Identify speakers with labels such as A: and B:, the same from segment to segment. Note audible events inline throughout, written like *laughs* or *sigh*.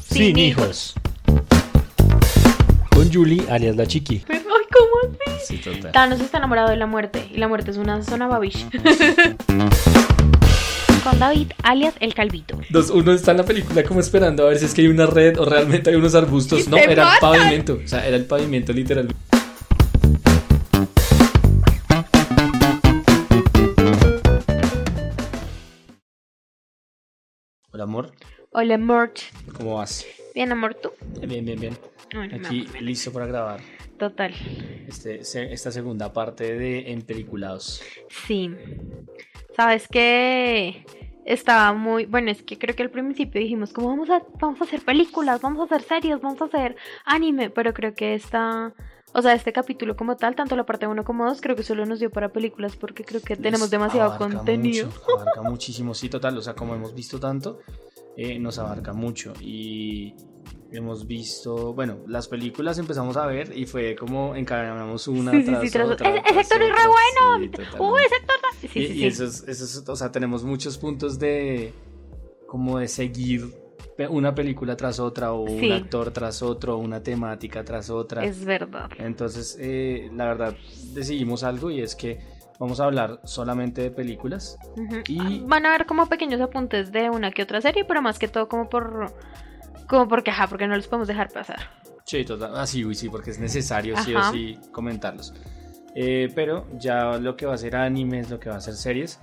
A: Sin hijos. Con Julie, alias la chiqui.
B: Pues, Ay, ¿cómo así?
A: Sí, total.
B: Thanos está enamorado de la muerte y la muerte es una zona babish. *laughs* Con David, alias el Calvito.
A: Los, uno está en la película como esperando a ver si es que hay una red o realmente hay unos arbustos.
B: Y
A: No,
B: te
A: era el
B: matan.
A: pavimento. O sea, era el pavimento literal. Hola, amor.
B: Hola, Mort.
A: ¿Cómo vas?
B: Bien, amor, tú.
A: Bien, bien, bien.
B: Ay, no me
A: Aquí
B: acuerdo.
A: listo para grabar
B: Total.
A: este, se- esta segunda parte de En Peliculados.
B: Sí. Sabes que estaba muy. Bueno, es que creo que al principio dijimos, como vamos a, vamos a hacer películas, vamos a hacer series, vamos a hacer anime. Pero creo que esta. O sea, este capítulo como tal, tanto la parte 1 como 2, creo que solo nos dio para películas porque creo que tenemos
A: Pues,
B: demasiado
A: abarca
B: contenido.
A: mucho, abarca muchísimo, sí, total. O sea, como hemos visto tanto, eh, nos abarca mucho. Y hemos visto, bueno, las películas empezamos a ver y fue como encadenamos una
B: Sí, sí,
A: tras
B: sí, tras
A: otra.
B: otra. Ese- ese
A: tras
B: actor es re
A: otra,
B: bueno.
A: sí, totalmente.
B: ¡Uh, ese actor! da- Sí,
A: Y,
B: sí,
A: y
B: sí.
A: eso es, eso es- o sea, tenemos muchos puntos de como de seguir pe- una película tras otra o
B: Sí.
A: un actor tras otro, una temática tras otra.
B: Es verdad.
A: Entonces, eh, la verdad, decidimos algo y es que vamos a hablar solamente de películas.
B: Ujú.
A: Y-
B: Van a ver como pequeños apuntes de una que otra serie, pero más que todo como por como porque ajá, porque no los podemos dejar pasar.
A: Sí, total. Ah, sí, uy, sí, porque es necesario sí
B: Ajá.
A: o sí comentarlos. Eh, pero ya lo que va a ser animes, lo que va a ser series,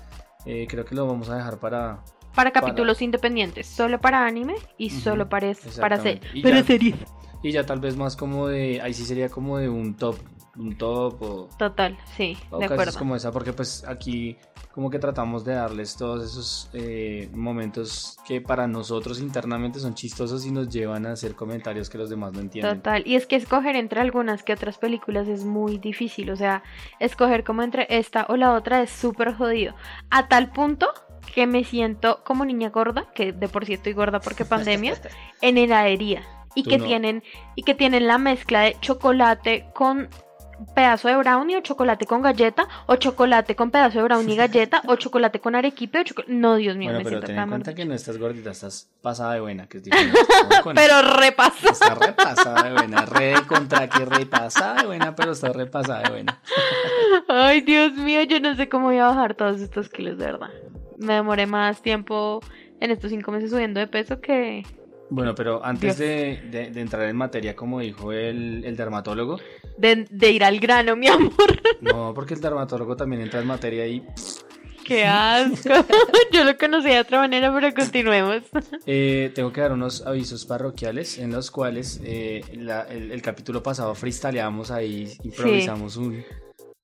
A: eh, creo que lo vamos a dejar para...
B: Para capítulos independientes, solo para anime y
A: Ujú,
B: solo para es- para se-
A: exactamente. Y
B: para
A: ya.
B: series.
A: Y ya tal vez más como de... Ahí sí sería como de un top, un top o...
B: Total, sí,
A: o
B: de
A: cosas
B: acuerdo.
A: como esa, porque pues aquí como que tratamos de darles todos esos eh, momentos que para nosotros internamente son chistosos y nos llevan a hacer comentarios que los demás no entienden.
B: Total, y es que escoger entre algunas que otras películas es muy difícil, o sea, escoger como entre esta o la otra es súper jodido, a tal punto que me siento como niña gorda, que de por sí estoy gorda porque
A: *laughs*
B: pandemia, en heladería y
A: Tú
B: que
A: no.
B: tienen y que tienen la mezcla de chocolate con pedazo de brownie o chocolate con galleta o chocolate con pedazo de
A: *laughs*
B: brownie y galleta o chocolate con arequipe o chocolate no Dios mío
A: Bueno,
B: me
A: pero
B: siento
A: ten en
B: tan
A: cuenta
B: mal.
A: que no estás gordita, estás pasada de buena, que es diferente.
B: *laughs*
A: Ojo con eso.
B: pero repasa
A: Está repasada de buena, re contra que repasada de buena, pero está repasada de buena.
B: ay Dios mío yo no sé cómo voy a bajar todos estos kilos de verdad me demoré más tiempo en estos cinco meses subiendo de peso que
A: Bueno, pero
B: Dios.
A: antes de, de- de entrar en materia, como dijo el, el
B: *laughs*
A: dermatólogo,
B: de, de ir al grano *laughs* mi amor
A: no, porque el dermatólogo también entra en materia y
B: qué asco *laughs* yo lo conocí de otra manera pero continuemos
A: Eh, tengo que dar unos avisos parroquiales en los cuales eh, la- el, el capítulo pasado freestyleamos ahí, improvisamos un...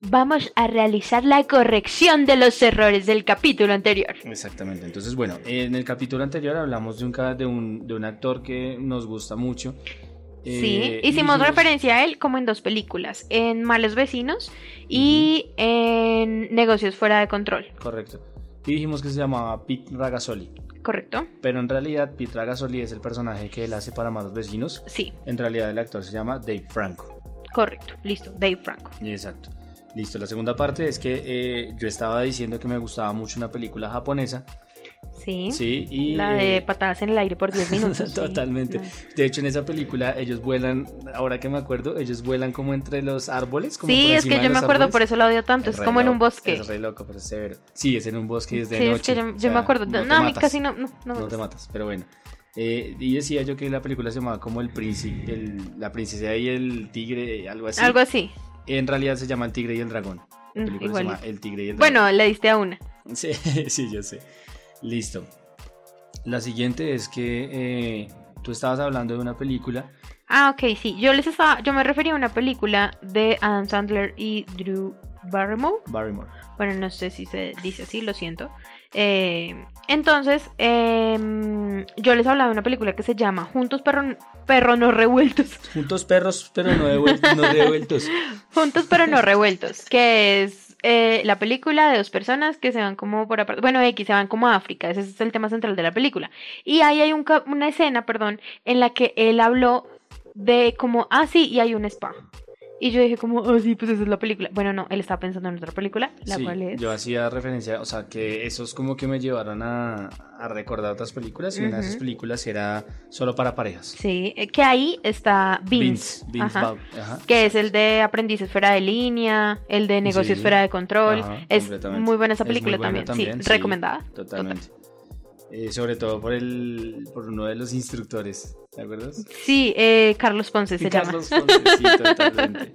B: Vamos a realizar la corrección de los errores del capítulo anterior.
A: Exactamente, entonces bueno, en el capítulo anterior hablamos de un, ca- de un, de un actor que nos gusta mucho.
B: sí,
A: Eh, y
B: hicimos
A: dijimos-
B: referencia a él como en dos películas, en Malos Vecinos y en Negocios Fuera de Control,
A: Correcto. Y dijimos que se llamaba Pete Ragazzoli,
B: ¿correcto?
A: pero en realidad Pete Ragazzoli es el personaje que él hace para Malos Vecinos.
B: Sí,
A: En realidad el actor se llama Dave Franco.
B: correcto, listo, Dave Franco.
A: Exacto. Listo, la segunda parte es que eh, yo estaba diciendo que me gustaba mucho una película japonesa.
B: Sí,
A: Sí, y...
B: la de
A: eh,
B: patadas en el aire
A: *laughs*
B: por 10 minutos. sí.
A: Totalmente.
B: No.
A: De hecho, en esa película ellos vuelan, ahora que me acuerdo, ellos vuelan como entre los árboles. Como
B: Sí,
A: por
B: es
A: encima
B: que
A: de
B: yo me
A: los
B: acuerdo,
A: árboles.
B: por eso la odio tanto, es,
A: re
B: como en un
A: loco,
B: bosque.
A: Es re loco, pero es severo. Sí, es en un bosque desde
B: sí,
A: noche.
B: es que yo, yo
A: o sea,
B: me acuerdo. No,
A: te
B: a mí
A: matas,
B: casi no. No, no
A: No,
B: me
A: te
B: gusta.
A: matas, pero bueno. Eh, y decía yo que la película se llamaba como el príncipe, el- la princesa y el tigre, eh, algo así.
B: Algo así. Mm,
A: En realidad se llama el tigre y el dragón. La película se
B: Igual.
A: llama El tigre y el dragón.
B: Bueno, le diste a una.
A: *laughs* Sí, sí, yo sé. Listo. La siguiente es que eh, tú estabas hablando de una película.
B: Ah, ok, sí. Yo les estaba, yo me refería a una película de Adam Sandler y Drew Barrymore.
A: Barrymore.
B: Bueno, no sé si se dice así, lo siento. Eh, entonces, em, yo les hablaba de una película que se llama Juntos pero, pero no revueltos.
A: Juntos perros, pero no, devuel-
B: *laughs*
A: no devueltos.
B: Juntos pero no revueltos. Que es eh, la película de dos personas que se van como por aparte. Bueno, X, se van como a África. Ese es el tema central de la película. Y ahí hay un ca- una escena, perdón, en la que él habló de como, ah, sí, y hay un spa. Y yo dije como, oh sí, pues esa es la película. Bueno, no, él estaba pensando en otra película, la
A: Sí,
B: cual es...
A: Yo hacía referencia, o sea, que esos como que me llevaron a, a recordar otras películas y una de esas
B: Ujú.
A: películas era solo para parejas.
B: Sí, eh, que ahí está
A: Vince,
B: Vince.
A: Vince
B: ajá,
A: Vaughn, ajá.
B: Que es el de aprendices fuera de línea, el de negocios
A: Sí,
B: fuera de control.
A: ajá,
B: es
A: completamente.
B: muy buena esa
A: Es muy
B: película
A: buena
B: también.
A: también,
B: sí,
A: sí.
B: recomendada.
A: Totalmente. Eh, sobre todo por el por uno de los instructores, ¿te acuerdas?
B: Sí, eh, Carlos Ponce se llama.
A: Carlos Ponce, sí,
B: *laughs*
A: totalmente.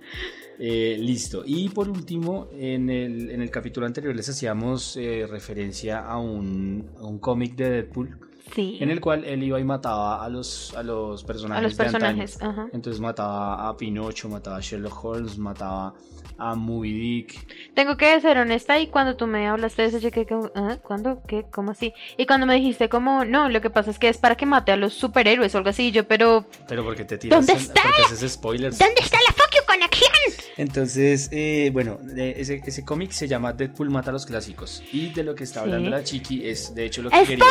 A: Eh, listo. Y por último, en el, en el capítulo anterior les hacíamos eh, referencia a un, a un cómic de Deadpool
B: Sí,
A: en el cual él iba y mataba a los, a los personajes.
B: a los
A: de antaño.
B: personajes. ajá.
A: Entonces mataba a Pinocho, mataba a Sherlock Holmes, mataba a Moby Dick.
B: Tengo que ser honesta y cuando tú me hablaste de eso, yo que ah, ¿Cuándo? ¿Qué? ¿Cómo así? Y cuando me dijiste como, no, lo que pasa es que es para que mate a los superhéroes o algo así, y yo, pero...
A: Pero porque te tiras.
B: ¿Dónde
A: en-
B: está?
A: Porque haces spoilers.
B: ¿Dónde está la fucking
A: Eh,
B: conexión?
A: Entonces, eh, bueno, eh, ese, ese cómic se llama Deadpool mata a los clásicos. Y de lo que está
B: Sí.
A: hablando la chiqui es, de hecho, lo que
B: ¡Spoiler!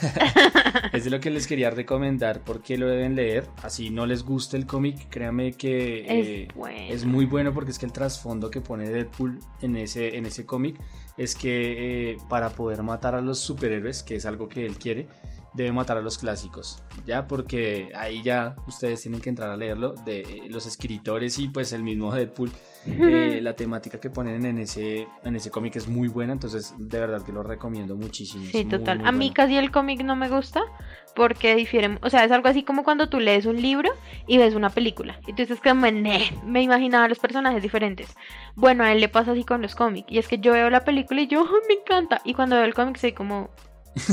A: quería. *laughs* es de lo que les quería recomendar porque lo deben leer. Así no les gusta el cómic, créanme que. eh,
B: es bueno.
A: es muy bueno porque es que el trasfondo que pone Deadpool en ese, en ese cómic es que eh, para poder matar a los superhéroes, que es algo que él quiere, debe matar a los clásicos, ¿ya? Porque ahí ya ustedes tienen que entrar a leerlo, de eh, los escritores y pues el mismo Deadpool, eh, la temática que ponen en ese, en ese cómic es muy buena, entonces de verdad que lo recomiendo muchísimo. es
B: Sí,
A: muy,
B: total.
A: muy
B: a mí
A: bueno.
B: casi el cómic no me gusta porque difiere. O sea, es algo así como cuando tú lees un libro y ves una película. Y tú dices que me, me imaginaba los personajes diferentes. Bueno, a él le pasa así con los cómics. Y es que yo veo la película y yo, "Ay, me encanta. Y cuando veo el cómic soy como,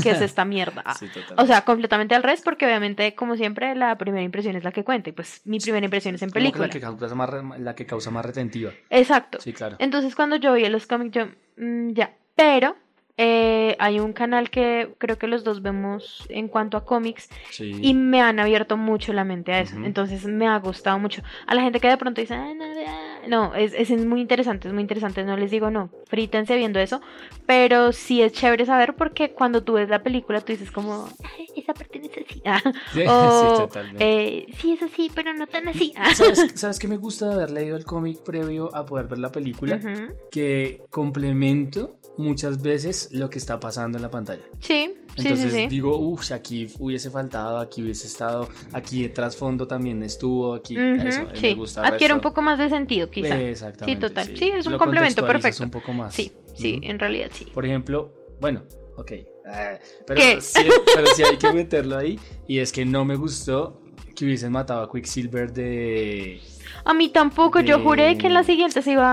B: ¿qué es esta mierda?
A: *laughs* Sí, total.
B: O sea, completamente al revés porque obviamente, como siempre, la primera impresión es la que cuenta. Y pues mi primera impresión es en
A: Como que
B: película.
A: La que, causa más, re- la que causa más retentiva.
B: Exacto.
A: Sí, claro.
B: Entonces cuando yo vi los cómics, yo, "Mm, ya, pero eh, hay un canal que creo que los dos vemos en cuanto a cómics
A: Sí.
B: y me han abierto mucho la mente a eso.
A: Ujú.
B: Entonces me ha gustado mucho. A la gente que de pronto dice, "Ah, no, ah", no es, es muy interesante, es muy interesante. No les digo, no, frítense viendo eso, pero sí es chévere saber porque cuando tú ves la película, tú dices como, "Ay, esa parte no es así. *laughs* Ah,
A: *laughs* Sí,
B: o,
A: totalmente.
B: eh, sí, es así, pero no tan así. Ah.
A: ¿Sabes, ¿Sabes qué me gusta de haber leído el cómic previo a poder ver la película?
B: *laughs* Ujú.
A: Que complemento muchas veces lo que está pasando en la pantalla.
B: Sí, sí,
A: Entonces
B: sí, sí.
A: digo, uff, aquí hubiese faltado, aquí hubiese estado, aquí de trasfondo también estuvo, aquí
B: Ujú,
A: eso, eh, me
B: sí,
A: gusta. el
B: adquiere un
A: resto.
B: poco más de sentido, quizá.
A: Eh, Exactamente.
B: total. Sí, es un
A: Lo
B: complemento
A: contextualizas
B: perfecto.
A: un poco más.
B: sí, sí,
A: Ujú.
B: en realidad sí.
A: Por ejemplo, bueno, ok. ah, pero,
B: ¿Qué?
A: Sí, pero sí hay que meterlo ahí. Y es que no me gustó que hubiesen matado a Quicksilver de.
B: A mí tampoco, yo
A: de-
B: juré que en la siguiente se iba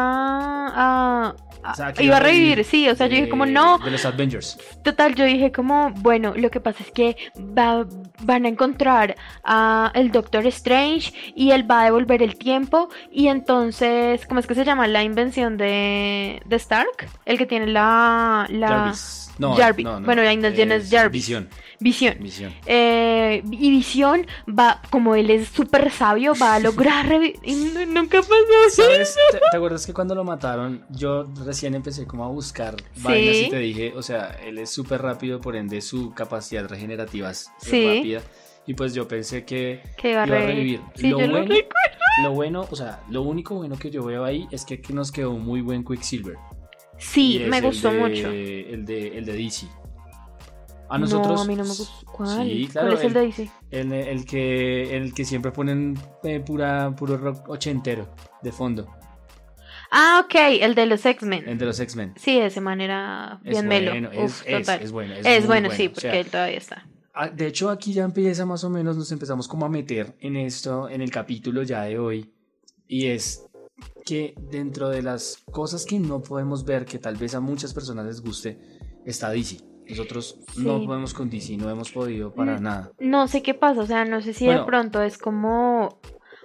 B: a... a-
A: O sea, que
B: iba a revivir, sí, o sea, yo dije
A: eh,
B: como no,
A: De los Avengers.
B: total, yo dije como, bueno, lo que pasa es que va- van a encontrar a el Doctor Strange y él va a devolver el tiempo y entonces, ¿cómo es que se llama? La invención de, de Stark, el que tiene la, la
A: Jarvis.
B: Jarvis. Bueno, la invención es
A: Eh,
B: Jarvis.
A: Visión.
B: visión.
A: Visión.
B: Eh, y Visión va, como él es súper sabio, va a lograr revi- y n- Nunca pasó.
A: ¿Sabes? ¿Te, te acuerdas que cuando lo mataron, yo recién empecé como a buscar vainas y te dije, o sea, él es súper rápido, por ende su capacidad regenerativa es es
B: Sí.
A: rápida. Y pues yo pensé que
B: Que
A: iba
B: iba
A: a
B: a revi-
A: revivir.
B: Sí,
A: lo,
B: yo lo
A: bueno,
B: recuerdo.
A: lo bueno, o sea, lo único bueno que yo veo ahí es que nos quedó un muy buen Quicksilver.
B: Sí,
A: Y es
B: me
A: el
B: gustó
A: de-
B: mucho.
A: El de, el de DC. A nosotros.
B: No, a mí no me gustó. ¿Cuál?
A: Sí, claro,
B: ¿Cuál es el
A: el-
B: de Daisy?
A: El, el que, el que siempre ponen eh, pura, puro rock ochentero de fondo,
B: Ah, ok, el de los X-Men.
A: el de los X-Men.
B: Sí, ese man era
A: Es
B: bien
A: bueno,
B: melo.
A: es,
B: Uf,
A: es-
B: total.
A: es
B: Es,
A: bueno. Es, muy
B: bueno, sí,
A: O
B: porque
A: sea,
B: él todavía está.
A: ah, de hecho, aquí ya empieza más o menos, nos empezamos como a meter en esto, en el capítulo ya de hoy. Y es que dentro de las cosas que no podemos ver, que tal vez a muchas personas les guste, está DC. Nosotros no
B: Sí.
A: podemos con DC, no hemos podido para
B: Mm,
A: nada.
B: No sé qué pasa, o sea, no sé si
A: Bueno.
B: de pronto es como...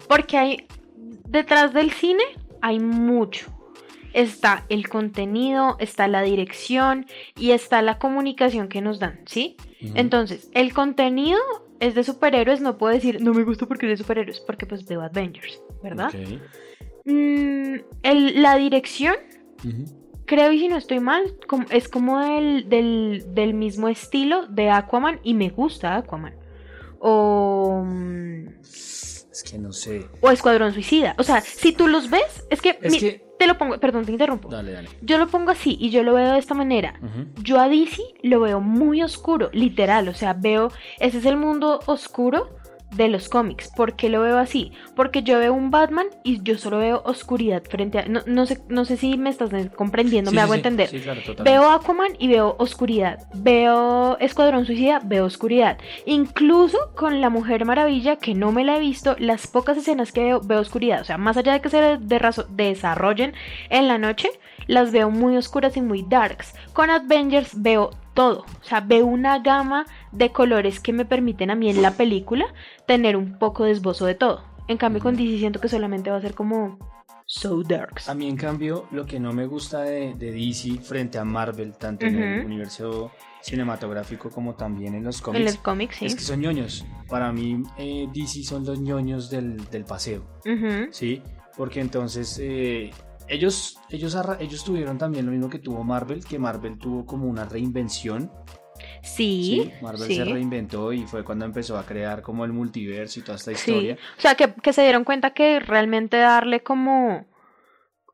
B: Porque hay... Detrás del cine hay mucho. Está el contenido, está la dirección y está la comunicación que nos dan, ¿sí?
A: Ujú.
B: Entonces, el contenido es de superhéroes, no puedo decir, no me gusta porque es de superhéroes, porque pues veo Avengers, ¿verdad?
A: Ok.
B: Mm, el- la dirección,
A: Ujú.
B: creo y si no estoy mal, com- es como del, del, del mismo estilo de Aquaman y me gusta Aquaman. O... mm,
A: Es que no sé.
B: O Escuadrón Suicida. O sea, si tú los ves, es que,
A: Es
B: mi-
A: que-
B: te lo pongo, perdón, te interrumpo.
A: Dale, dale.
B: Yo lo pongo así y yo lo veo de esta manera.
A: Ujú.
B: Yo a DC lo veo muy oscuro, literal. O sea, veo, ese es el mundo oscuro de los cómics. ¿Por qué lo veo así? Porque yo veo un Batman y yo solo veo oscuridad frente a... No, no sé, no sé si me estás comprendiendo,
A: Sí,
B: me
A: sí,
B: hago
A: sí.
B: entender.
A: Sí, claro, totalmente.
B: Veo Aquaman y veo oscuridad. Veo Escuadrón Suicida, veo oscuridad. Incluso con La Mujer Maravilla, que no me la he visto, las pocas escenas que veo, veo oscuridad. O sea, más allá de que se de- razo- desarrollen en la noche, las veo muy oscuras y muy darks. Con Avengers veo todo. O sea, veo una gama de colores que me permiten a mí en la película tener un poco de esbozo de todo. En cambio, con DC siento que solamente va a ser como so darks.
A: A mí, en cambio, lo que no me gusta de, de DC frente a Marvel, tanto en el
B: Ujú.
A: universo cinematográfico como también en los
B: En
A: cómics,
B: los cómics, sí.
A: es que son ñoños. Para mí, eh, DC son los ñoños del, del paseo,
B: Ujú.
A: ¿sí? Porque entonces eh, ellos, ellos, arra- ellos tuvieron también lo mismo que tuvo Marvel, que Marvel tuvo como una reinvención
B: Sí,
A: Sí, Marvel
B: sí.
A: se reinventó y fue cuando empezó a crear como el multiverso y toda esta
B: Sí.
A: historia.
B: O sea, que, que se dieron cuenta que realmente darle como...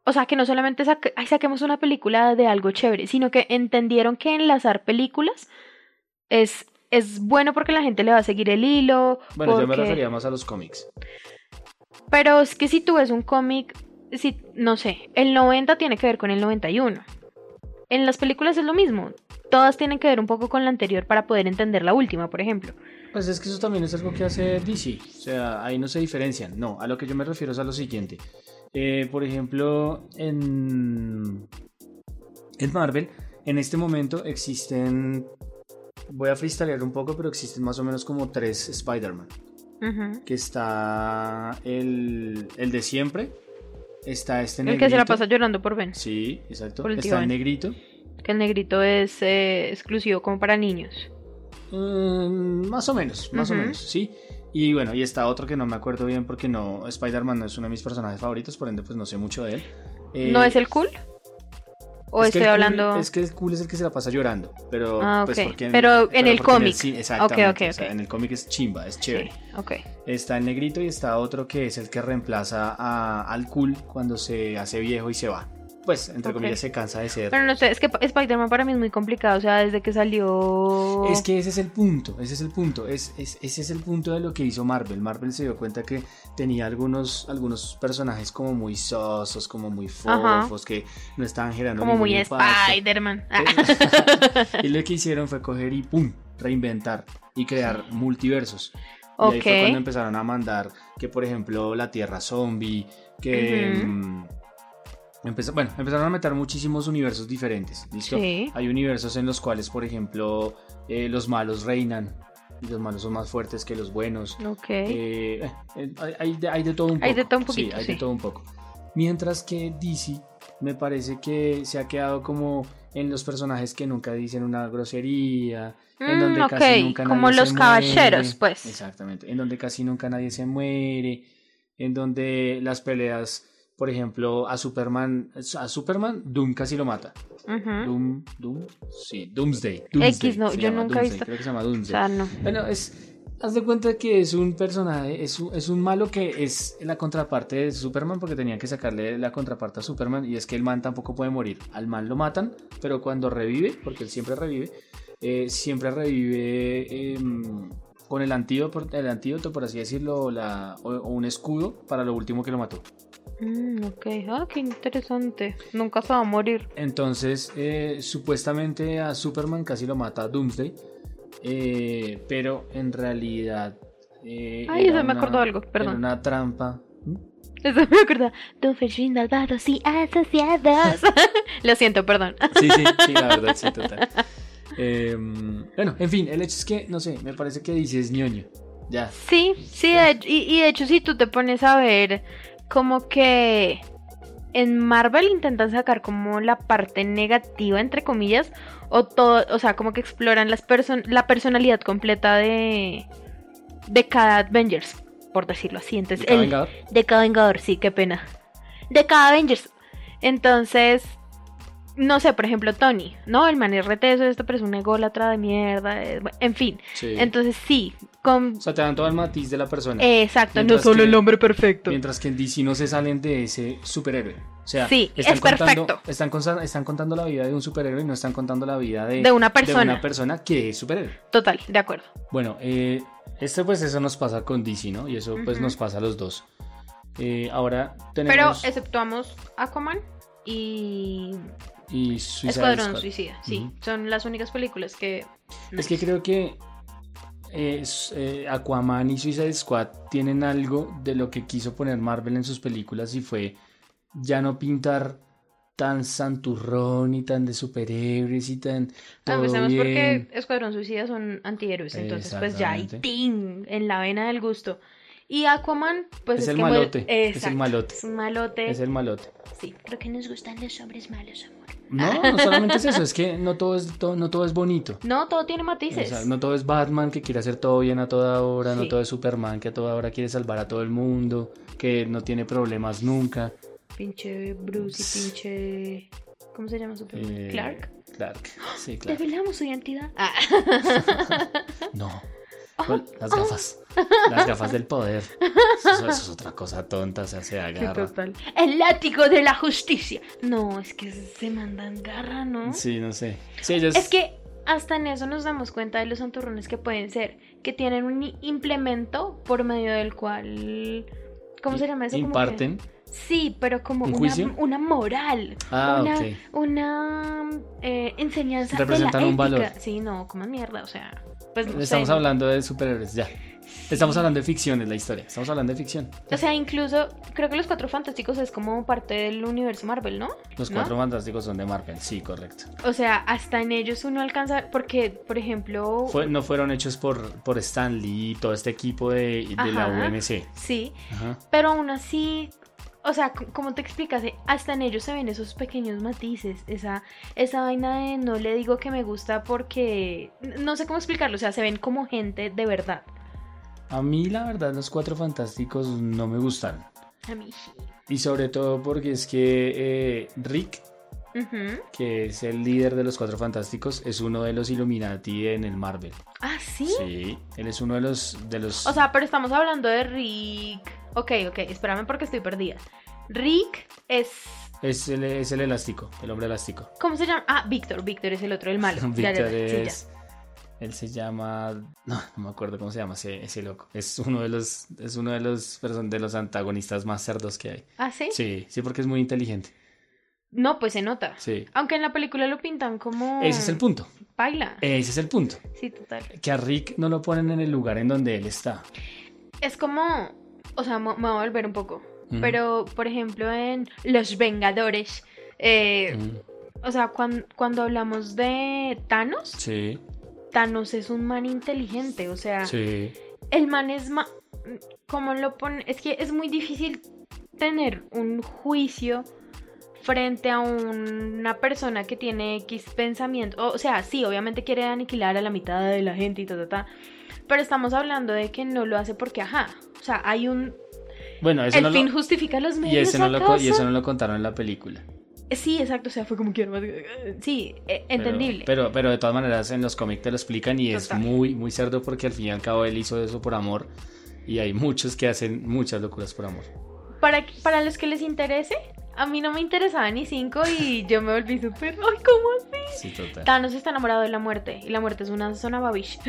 B: O sea, que no solamente saque- ay, saquemos una película de algo chévere, sino que entendieron que enlazar películas es, es bueno porque la gente le va a seguir el hilo.
A: Bueno, yo me
B: porque-
A: refería más a los cómics.
B: Pero es que si tú ves un cómic, si, no sé, el 90 tiene que ver con el 91. En las películas es lo mismo. Todas tienen que ver un poco con la anterior para poder entender la última, por ejemplo.
A: Pues es que eso también es algo que hace DC. O sea, ahí no se diferencian. No, a lo que yo me refiero es a lo siguiente. Eh, por ejemplo, en, en Marvel, en este momento existen... Voy a freestylear un poco, pero existen más o menos como tres Spider-Man.
B: Ujú.
A: Que está el, el de siempre. Está este
B: El que se la
A: negrito.
B: pasa llorando por Ben.
A: Sí, exacto.
B: Por el tío
A: Está el
B: Ben.
A: negrito.
B: Que el negrito es eh, exclusivo como para niños.
A: Mm, más o menos, más
B: Ujú.
A: o menos, sí. Y bueno, y está otro que no me acuerdo bien porque no, Spider-Man no es uno de mis personajes favoritos, por ende pues no sé mucho de él. Eh,
B: ¿No es el cool? ¿O
A: es que
B: estoy
A: el cool-
B: hablando...?
A: es que el cool es el que se la pasa llorando, pero...
B: Ah,
A: pues,
B: ok.
A: porque-
B: Pero en el
A: porque
B: cómic.
A: sí, exactamente,
B: ok,
A: o sea,
B: ok.
A: en el cómic es chimba, es
B: Sí,
A: chévere.
B: ok.
A: Está el negrito y está otro que es el que reemplaza a- al cool cuando se hace viejo y se va. Pues, entre
B: Ok.
A: comillas, se cansa de ser...
B: Pero no sé, es que Spider-Man para mí es muy complicado. O sea, desde que salió...
A: Es que ese es el punto, ese es el punto, es, es- ese es el punto de lo que hizo Marvel. Marvel se dio cuenta que tenía algunos, algunos personajes como muy sosos, como muy
B: Ajá.
A: fofos, que no estaban generando
B: Como
A: ningún
B: muy
A: impacto.
B: Spider-Man. Ah,
A: *laughs* y lo que hicieron fue coger y pum, reinventar y crear multiversos. Y ahí
B: ok.
A: fue cuando empezaron a mandar que, por ejemplo, la Tierra Zombie, que...
B: Ujú.
A: mm, empezó- bueno, empezaron a meter muchísimos universos diferentes, ¿listo?
B: Sí.
A: Hay universos en los cuales, por ejemplo, eh, los malos reinan y los malos son más fuertes que los buenos.
B: Ok.
A: em- Eh, eh, hay- hay, de, hay de todo un poco.
B: Hay de todo un
A: Sí,
B: poquito,
A: hay
B: sí.
A: de todo un poco. Mientras que DC me parece que se ha quedado como en los personajes que nunca dicen una grosería, en
B: Mm,
A: donde
B: ok,
A: casi nunca nadie
B: como
A: se
B: los
A: muere.
B: caballeros, pues.
A: Exactamente, en donde casi nunca nadie se muere, en donde las peleas, por ejemplo, a Superman, a Superman Doom casi lo mata.
B: Ujú.
A: Doom, Doom, sí, Doomsday. Doomsday
B: ¿Mm? no,
A: se
B: yo
A: llama,
B: nunca
A: Doomsday,
B: he visto-
A: Creo que se llama
B: O
A: Doomsday.
B: sea, no.
A: Bueno, es. Haz de cuenta que es un personaje, es un, es un malo que es la contraparte de Superman porque tenían que sacarle la contraparte a Superman y es que el man tampoco puede morir. Al man lo matan, pero cuando revive, porque él siempre revive, eh, siempre revive eh, con el antídoto, el antídoto, por así decirlo, la- o, o un escudo para lo último que lo mató.
B: Mm, ok. Ah, qué interesante. Nunca se va a morir.
A: Entonces, eh, supuestamente a Superman casi lo mata Doomsday, eh, pero en realidad... eh,
B: Ay,
A: era
B: se
A: una-
B: me acordó algo,
A: en
B: perdón.
A: una trampa.
B: Eso me acuerda. Don Ferrín Malvados y Asociados. *laughs* Lo siento, perdón.
A: Sí, sí, sí, la verdad, sí, total.
B: *laughs*
A: Eh, bueno, en fin, el hecho es que, no sé, me parece que dices ñoño. Ya.
B: Sí, sí, de hecho- y, y de hecho si tú te pones a ver como que en Marvel intentan sacar como la parte negativa entre comillas o todo, o sea, como que exploran las person- la personalidad completa de de cada Avengers, por decirlo así. Entonces,
A: Cada
B: el-
A: vengador.
B: de cada Vengador, sí, qué pena. De cada Avengers. Entonces, no sé, por ejemplo, este, Tony, ¿no? El man es reteso, esto, pero es una ególatra de mierda. es- bueno, eh, En fin,
A: Sí.
B: entonces sí, con...
A: O sea, te dan todo el matiz de la persona.
B: Eh, exacto,
A: Mientras
B: no solo
A: que-
B: el hombre perfecto.
A: Mientras que en DC no se salen de ese superhéroe. O sea,
B: Sí,
A: están
B: es
A: contando,
B: perfecto.
A: Están, consa- están contando la vida de un superhéroe y no están contando la vida de,
B: De una persona.
A: una persona que es superhéroe.
B: Total, de acuerdo.
A: Bueno, eh, esto pues eso nos pasa con DC, ¿no? Y eso pues
B: Ujú.
A: nos pasa a los dos. Eh, ahora
B: Pero
A: tenemos
B: exceptuamos Aquaman y
A: y Suicide
B: Escuadrón
A: Squad.
B: Suicida. Sí,
A: Ujú.
B: son las únicas películas que...
A: Es que creo que eh, s- eh, Aquaman y Suicide Squad tienen algo de lo que quiso poner Marvel en sus películas y fue ya no pintar tan santurrón y tan de superhéroes y tan
B: Ah,
A: todo
B: pues además
A: bien.
B: porque Escuadrón Suicida son antihéroes, entonces pues ya hay
A: Exactamente.
B: ting en la vena del gusto. Y Aquaman, pues
A: es,
B: es,
A: el
B: que mue-
A: malote, es el
B: Exacto,
A: malote,
B: es un malote.
A: es el malote.
B: Sí, creo que nos gustan los hombres malos, amor.
A: No,
B: Ah.
A: no solamente es eso, es que no todo es todo- no todo es bonito.
B: No, todo tiene matices.
A: O sea, no todo es Batman que quiere hacer todo bien a toda hora, no
B: Sí.
A: todo es Superman que a toda hora quiere salvar a todo el mundo, que no tiene problemas nunca.
B: Pinche Bruce y pinche... ¿Cómo se llama su
A: Eh,
B: Clark.
A: Clark, sí, Clark.
B: Develamos su identidad. *laughs* Ah.
A: No. Con Las
B: *laughs*
A: gafas. Las gafas del poder. Eso, eso es otra cosa tonta, o sea, se agarra.
B: El látigo de la justicia. No, es que se mandan garra, ¿no?
A: Sí, no sé. Sí, ellos.
B: Es que hasta en eso nos damos cuenta de los santurrones que pueden ser, que tienen un i- implemento por medio del cual... ¿Cómo se llama eso? Como que-
A: Imparten.
B: Sí, pero como
A: ¿Un
B: una,
A: juicio?
B: una moral,
A: Ah,
B: una,
A: ok.
B: una eh, enseñanza.
A: Representan
B: de la
A: un valor.
B: ética. Sí, no, como mierda, o sea... Pues, no
A: Estamos
B: sé.
A: hablando de superhéroes, ya. Estamos hablando de ficción, es la historia. Estamos hablando de ficción.
B: O sea, incluso creo que los cuatro fantásticos es como parte del universo Marvel, ¿no?
A: Los
B: ¿No?
A: cuatro fantásticos son de Marvel, sí, correcto.
B: O sea, hasta en ellos uno alcanza, porque, por ejemplo,
A: Fue- no fueron hechos por, por Stan Lee y todo este equipo de, de la
B: Ajá.
A: UMC.
B: sí,
A: Ajá.
B: pero aún así, o sea, c- como te explicas, Eh, hasta en ellos se ven esos pequeños matices, esa, esa vaina de no le digo que me gusta porque, n- no sé cómo explicarlo, o sea, se ven como gente de verdad.
A: A mí, la verdad, los cuatro fantásticos no me gustan.
B: A mí.
A: Y sobre todo porque es que eh, Rick,
B: Ujú.
A: que es el líder de los cuatro fantásticos, es uno de los Illuminati en el Marvel.
B: Ah, ¿sí?
A: él es uno de los. De los
B: O sea, pero estamos hablando de Rick. Ok, ok, espérame porque estoy perdida. Rick es
A: es, el, es el elástico, el hombre elástico.
B: ¿Cómo se llama? Ah, Víctor, Víctor es el otro,
A: *laughs*
B: el malo. Ya, ya,
A: Víctor
B: ya, sí, ya.
A: es. Él se llama. No, no me acuerdo cómo se llama ese, ese loco. Es uno de los. Es uno de los, person- de los antagonistas más cerdos que hay.
B: ¿Ah, sí?
A: Sí, sí, porque es muy inteligente.
B: No, pues se nota.
A: Sí.
B: Aunque en la película lo pintan como...
A: Ese es el punto.
B: Baila.
A: Ese es el punto.
B: Sí, total.
A: Que a Rick no lo ponen en el lugar en donde él está.
B: Es como... O sea, me me voy a volver un poco.
A: Ujú.
B: Pero, por ejemplo, en Los Vengadores... eh,
A: Ujú.
B: O sea, cuan- cuando hablamos de Thanos,
A: Sí,
B: Thanos es un man inteligente. O sea,
A: sí.
B: el man es ma- como lo pone es que es muy difícil tener un juicio frente a una persona que tiene X pensamiento o sea sí obviamente quiere aniquilar a la mitad de la gente y ta ta ta pero estamos hablando de que no lo hace porque ajá o sea hay un
A: Bueno, eso
B: el
A: no
B: fin
A: lo...
B: justifica los medios
A: Y, ese no lo co- y
B: ¿acaso?
A: eso no lo contaron en la película. Pero-
B: sí exacto o sea fue como quiero más sí eh, entendible
A: Pero, pero, de todas maneras en los cómics te lo explican y es
B: Total.
A: muy, muy cerdo porque al fin y al cabo él hizo eso por amor. Y hay muchos que hacen muchas locuras por amor.
B: para para los que les interese a mí no me interesaba ni cinco y yo me volví súper ay cómo
A: Sí, total.
B: Thanos está enamorado de la muerte y la muerte es una zona babish. *laughs*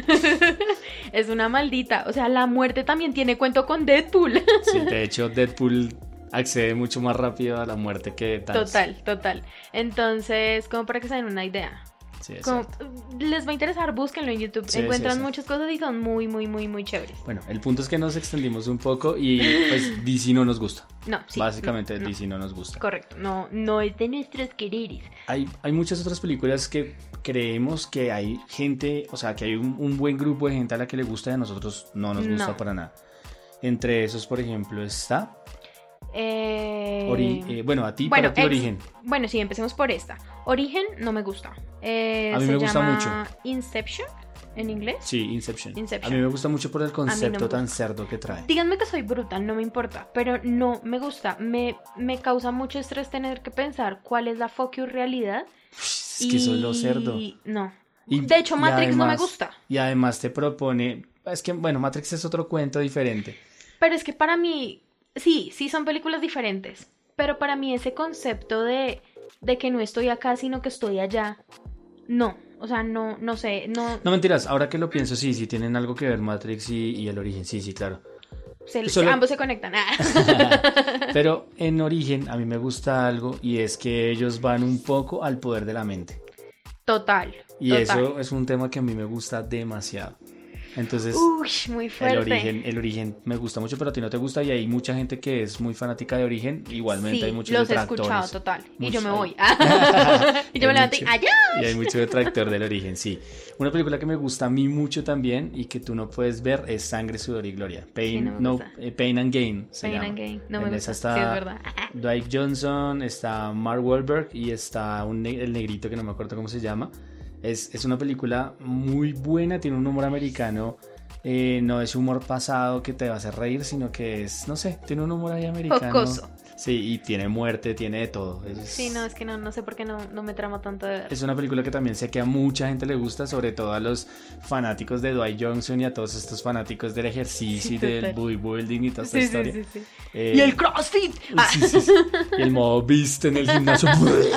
B: es una maldita. O sea, la muerte también tiene cuento con Deadpool. *laughs*
A: Sí, de hecho, Deadpool accede mucho más rápido a la muerte que Thanos.
B: Total, total. Entonces, como para que se den una idea.
A: Sí, es
B: Como-
A: cierto.
B: les va a interesar, búsquenlo en YouTube.
A: Sí, sí,
B: Encuentran
A: sí.
B: muchas cosas y son muy, muy, muy, muy chéveres.
A: Bueno, el punto es que nos extendimos un poco y pues DC no nos gusta.
B: No, sí.
A: Básicamente
B: no, no.
A: DC no nos gusta.
B: Correcto, no, no es de nuestros quereres.
A: Hay, hay muchas otras películas que creemos que hay gente, o sea, que hay un, un buen grupo de gente a la que le gusta y a nosotros no nos gusta
B: No.
A: para nada. Entre esos, por ejemplo, está,
B: Eh,
A: Ori- eh, bueno, a ti,
B: bueno,
A: para ti,
B: ex-
A: Origen.
B: Bueno, sí, empecemos por esta. Origen no me gusta. Eh,
A: A mí
B: se
A: me gusta
B: llama Inception en inglés.
A: Sí, Inception.
B: Inception.
A: A mí me gusta mucho por el concepto
B: me
A: tan cerdo que trae.
B: Díganme que soy brutal, no me importa, pero no me gusta. Me, me causa mucho estrés tener que pensar cuál es la fucking realidad.
A: Es que soy lo cerdo.
B: y- No.
A: Y-
B: de hecho,
A: y
B: Matrix no me
A: además-
B: gusta.
A: Y además te propone Es que, bueno, Matrix es otro cuento diferente.
B: Pero es que para mí, sí, sí son películas diferentes. Pero para mí ese concepto de, de que no estoy acá, sino que estoy allá, no. O sea, no, no sé, no...
A: No mentiras, ahora que lo pienso, sí, sí tienen algo que ver Matrix y, y el origen, sí, sí, claro.
B: se-
A: Solo-
B: Ambos se conectan. *laughs* Ah.
A: *laughs* Pero en origen a mí me gusta algo y es que ellos van un poco al poder de la mente.
B: Total.
A: Y
B: total.
A: eso es un tema que a mí me gusta demasiado. Entonces,
B: Uy, muy
A: el
B: Uh, fuerte.
A: origen, el origen me gusta mucho, pero a ti no te gusta y hay mucha gente que es muy fanática de origen. Igualmente
B: Sí,
A: hay muchos
B: los he
A: detractores.
B: escuchado total. Y yo
A: Muchos
B: me
A: hay. *laughs*
B: voy. *laughs* y
A: Hay
B: yo me levanto y "Ah,
A: mucho.
B: allá.
A: Y hay mucho detractor
B: *laughs*
A: del origen, sí. Una película que me gusta a mí mucho también y que tú no puedes ver es Sangre, Sudor y Gloria. Pain,
B: no me
A: no,
B: gusta.
A: eh, Pain and Gain se
B: Pain
A: llama.
B: and Gain. No me
A: En
B: gusta.
A: esa
B: Sí, es
A: está-
B: verdad. *laughs*
A: Dwight Johnson, está Mark Wahlberg y está un ne- el negrito que no me acuerdo cómo se llama. Es, es una película muy buena, tiene un humor americano. eh, no es humor pasado que te va a hacer reír, sino que es, no sé, tiene un humor ahí americano.
B: Jocoso.
A: Sí, y tiene muerte, tiene de todo. Es,
B: Sí, no, es que no, no sé por qué no, no me tramo tanto de *laughs* ver.
A: es una película que también sé que a mucha gente le gusta, sobre todo a los fanáticos de Dwight Johnson y a todos estos fanáticos del ejercicio
B: Sí,
A: y del
B: total.
A: bodybuilding y toda esta
B: Sí, sí,
A: historia.
B: sí, sí.
A: Eh,
B: Y
A: *laughs*
B: el CrossFit. Ah,
A: sí, sí, sí. Y el modo beast en el gimnasio.
B: *laughs*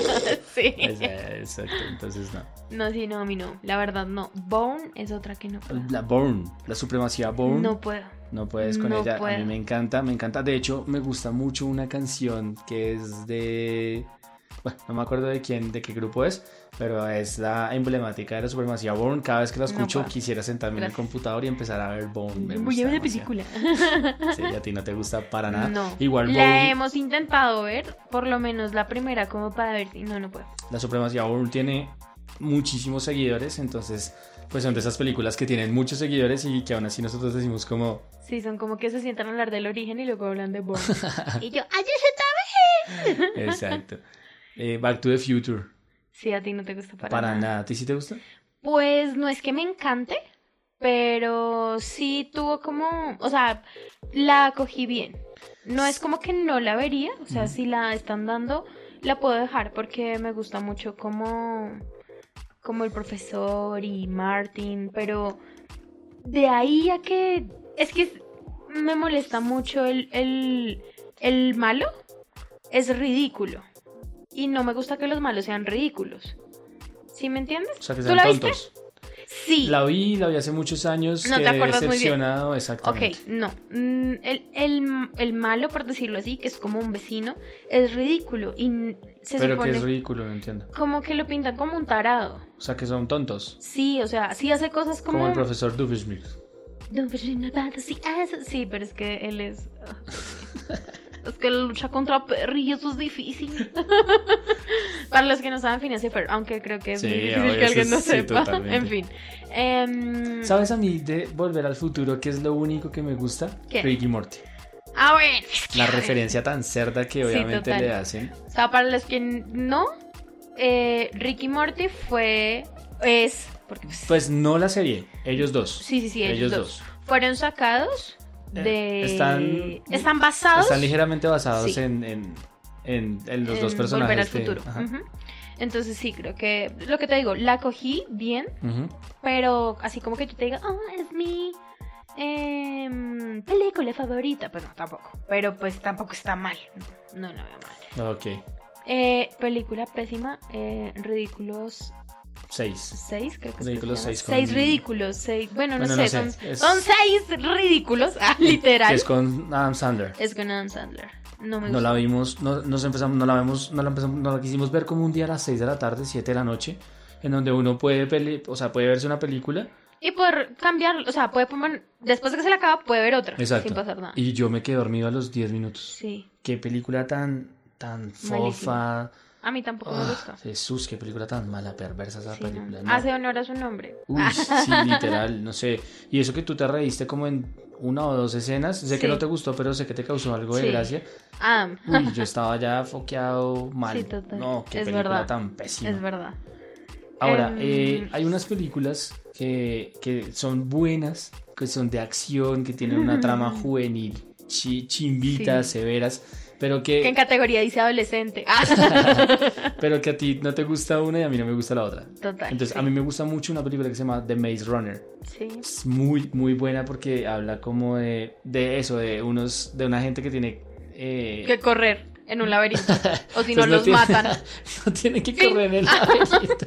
B: sí.
A: Es- eh, Exacto, entonces no.
B: *laughs* No, sí, no, a mí no. La verdad, no. Bone es otra que no puedo.
A: La Born, la supremacía Born.
B: No
A: No,
B: puedo.
A: puedes con
B: no
A: ella. A mí
B: puedo.
A: me encanta, me encanta. De hecho, me gusta mucho una canción que es de. Bueno, no me acuerdo de quién, de qué grupo es, pero es la emblemática de la supremacía Born. Cada vez que la
B: No
A: escucho,
B: puedo.
A: quisiera sentarme en el
B: Gracias.
A: computador y empezar a ver Born. Me
B: Voy
A: gusta
B: a ver la
A: demasiado.
B: película.
A: Sí, a ti no te gusta *laughs* para nada.
B: *laughs* No.
A: Igual
B: la
A: Bourne-
B: hemos intentado ver, por lo menos la primera, como para ver. si- No, no puedo.
A: La Supremacía Born tiene muchísimos seguidores, entonces pues son de esas películas que tienen muchos seguidores y que aún así nosotros decimos
B: *laughs*
A: como
B: Sí, son como que se sientan a hablar del origen y luego hablan de Bone.
A: *laughs*
B: y yo, ¡ay,
A: exacto. Eh, Back to the Future.
B: Sí, a ti no te gusta para,
A: Para, nada. ¿A ti sí te gusta?
B: Pues no es que me encante, pero sí tuvo como, o sea, la cogí bien. No es como que no la vería, o sea,
A: Ujú.
B: si la están dando, la puedo dejar porque me gusta mucho como, como el profesor y Martin, pero de ahí a que, es que es- me molesta mucho el, el, el malo, es ridículo. Y no me gusta que los malos sean ridículos. ¿Sí me entiendes?
A: O sea, que
B: ¿Tú
A: sean
B: la viste?
A: tontos.
B: Sí.
A: La vi, la vi hace muchos años,
B: No te
A: quedé
B: acuerdas muy bien.
A: decepcionado,
B: Ok,
A: exactamente.
B: no. Mm, El, el- el malo, por decirlo así, que es como un vecino, es ridículo. Y n- se
A: Pero
B: supone
A: que es ridículo, no entiendo.
B: como que lo pintan como un tarado.
A: O sea, que son tontos.
B: Sí, o sea, sí hace cosas
A: Como,
B: como...
A: el profesor Doofenshmirtz.
B: Don Fernando Abad, sí, hace- sí, pero es que él es... *laughs* Es que la lucha contra perrillos es difícil. *laughs* Para los que no saben, Phineas y Ferb, aunque creo que es
A: Sí,
B: muy
A: obvio,
B: difícil
A: sí,
B: que alguien no
A: sí,
B: sepa. *laughs*
A: totalmente.
B: En fin. Em,
A: ¿Sabes a mí de Volver al Futuro que es lo único que me gusta?
B: ¿Qué?
A: Ricky Morty.
B: a ver.
A: La referencia tan cerda que
B: Sí,
A: obviamente
B: total.
A: le hacen.
B: O sea, para los que no, eh, Ricky Morty fue. Es. Porque, pues,
A: Pues no la serie, ellos dos.
B: sí, sí, sí, ellos,
A: ellos
B: dos.
A: dos.
B: Fueron sacados
A: Eh,
B: de.
A: están-
B: están basados.
A: Están ligeramente basados
B: Sí.
A: en, en, en- en los
B: en
A: dos personajes.
B: Volver al
A: de-
B: futuro.
A: ajá.
B: Ujú. Entonces, sí, creo que. Lo que te digo, la cogí bien,
A: Ujú.
B: pero así como que yo te diga, ah, es mi. em, película favorita, pues no, tampoco. Pero pues tampoco está mal. No, no veo mal.
A: Ok,
B: Eh, película pésima, eh, ridículos
A: seis.
B: seis, creo que es que
A: Ridículos
B: se llama.
A: seis con-
B: Seis ridículos, seis, bueno, no
A: Bueno,
B: sé,
A: no sé,
B: Son,
A: es-
B: son seis ridículos, *laughs* ah,
A: Que
B: literal.
A: es con Adam Sandler.
B: Es con Adam Sandler. No me
A: No
B: gusta.
A: la vimos, no, nos empezamos, no la vemos, no la empezamos, no la quisimos ver como un día a las 6 de la tarde, 7 de la noche, en donde uno puede, pele- o sea, puede verse una película.
B: Y por cambiar, o sea, puede poner, después de que se la acaba, puede ver otra.
A: Exacto.
B: Sin pasar nada.
A: Y yo me quedé dormido a los 10 minutos.
B: Sí,
A: Qué película tan, tan fofa.
B: a mí tampoco
A: Ah,
B: me gusta.
A: Jesús, qué película tan mala, perversa esa
B: Sí, no. Ah,
A: película. no.
B: Hace honor a su nombre. *laughs* Ah,
A: Uy, sí, literal, no sé. Y eso que tú te reíste como en una o dos escenas, sé que
B: Sí.
A: no te gustó, pero sé que te causó algo de
B: Sí.
A: gracia.
B: Adam,
A: Uy, yo estaba ya foqueado mal.
B: Sí, total.
A: No, qué
B: Es
A: película
B: verdad.
A: tan pésima.
B: es verdad.
A: Ahora,
B: Em,
A: eh, hay unas películas que, que son buenas,
B: *laughs*
A: que son de acción, que tienen una trama
B: Mm.
A: juvenil, chi- chimbitas,
B: Sí.
A: severas, Pero
B: Que en
A: que,
B: categoría dice adolescente. Ah,
A: *laughs* pero que a ti no te gusta una y a mí no me gusta la otra.
B: Total.
A: Entonces,
B: sí,
A: a mí me gusta mucho una película que se llama The Maze Runner.
B: sí.
A: Es muy, muy buena porque habla como de, de eso, de unos, de una gente que tiene... eh,
B: Que correr en un laberinto. O si
A: *laughs*
B: no,
A: pues
B: los
A: tiene-
B: matan.
A: No tiene que
B: Fin.
A: correr en
B: *laughs*
A: el laberinto.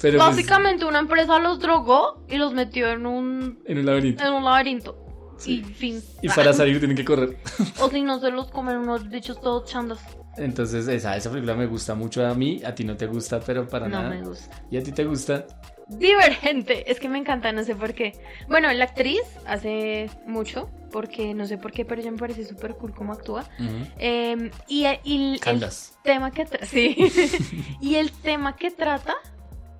A: Pero pues,
B: Básicamente una empresa los drogó y los metió en un,
A: en un laberinto.
B: en un laberinto.
A: Sí.
B: Y fin.
A: Y para salir tienen que correr.
B: *laughs* O si no se los comen unos bichos todos chandos.
A: Entonces, esa, esa película me gusta mucho a mí, a ti no te gusta, pero para
B: no
A: nada.
B: me gusta.
A: ¿Y a ti te gusta?
B: Divergente. Es que me encanta, no sé por qué. Bueno, la actriz hace mucho, porque no sé por qué, pero ella me parece súper cool cómo actúa. Eh, y, y el
A: Candas.
B: tema que
A: *laughs*
B: tra- sí. y el tema que trata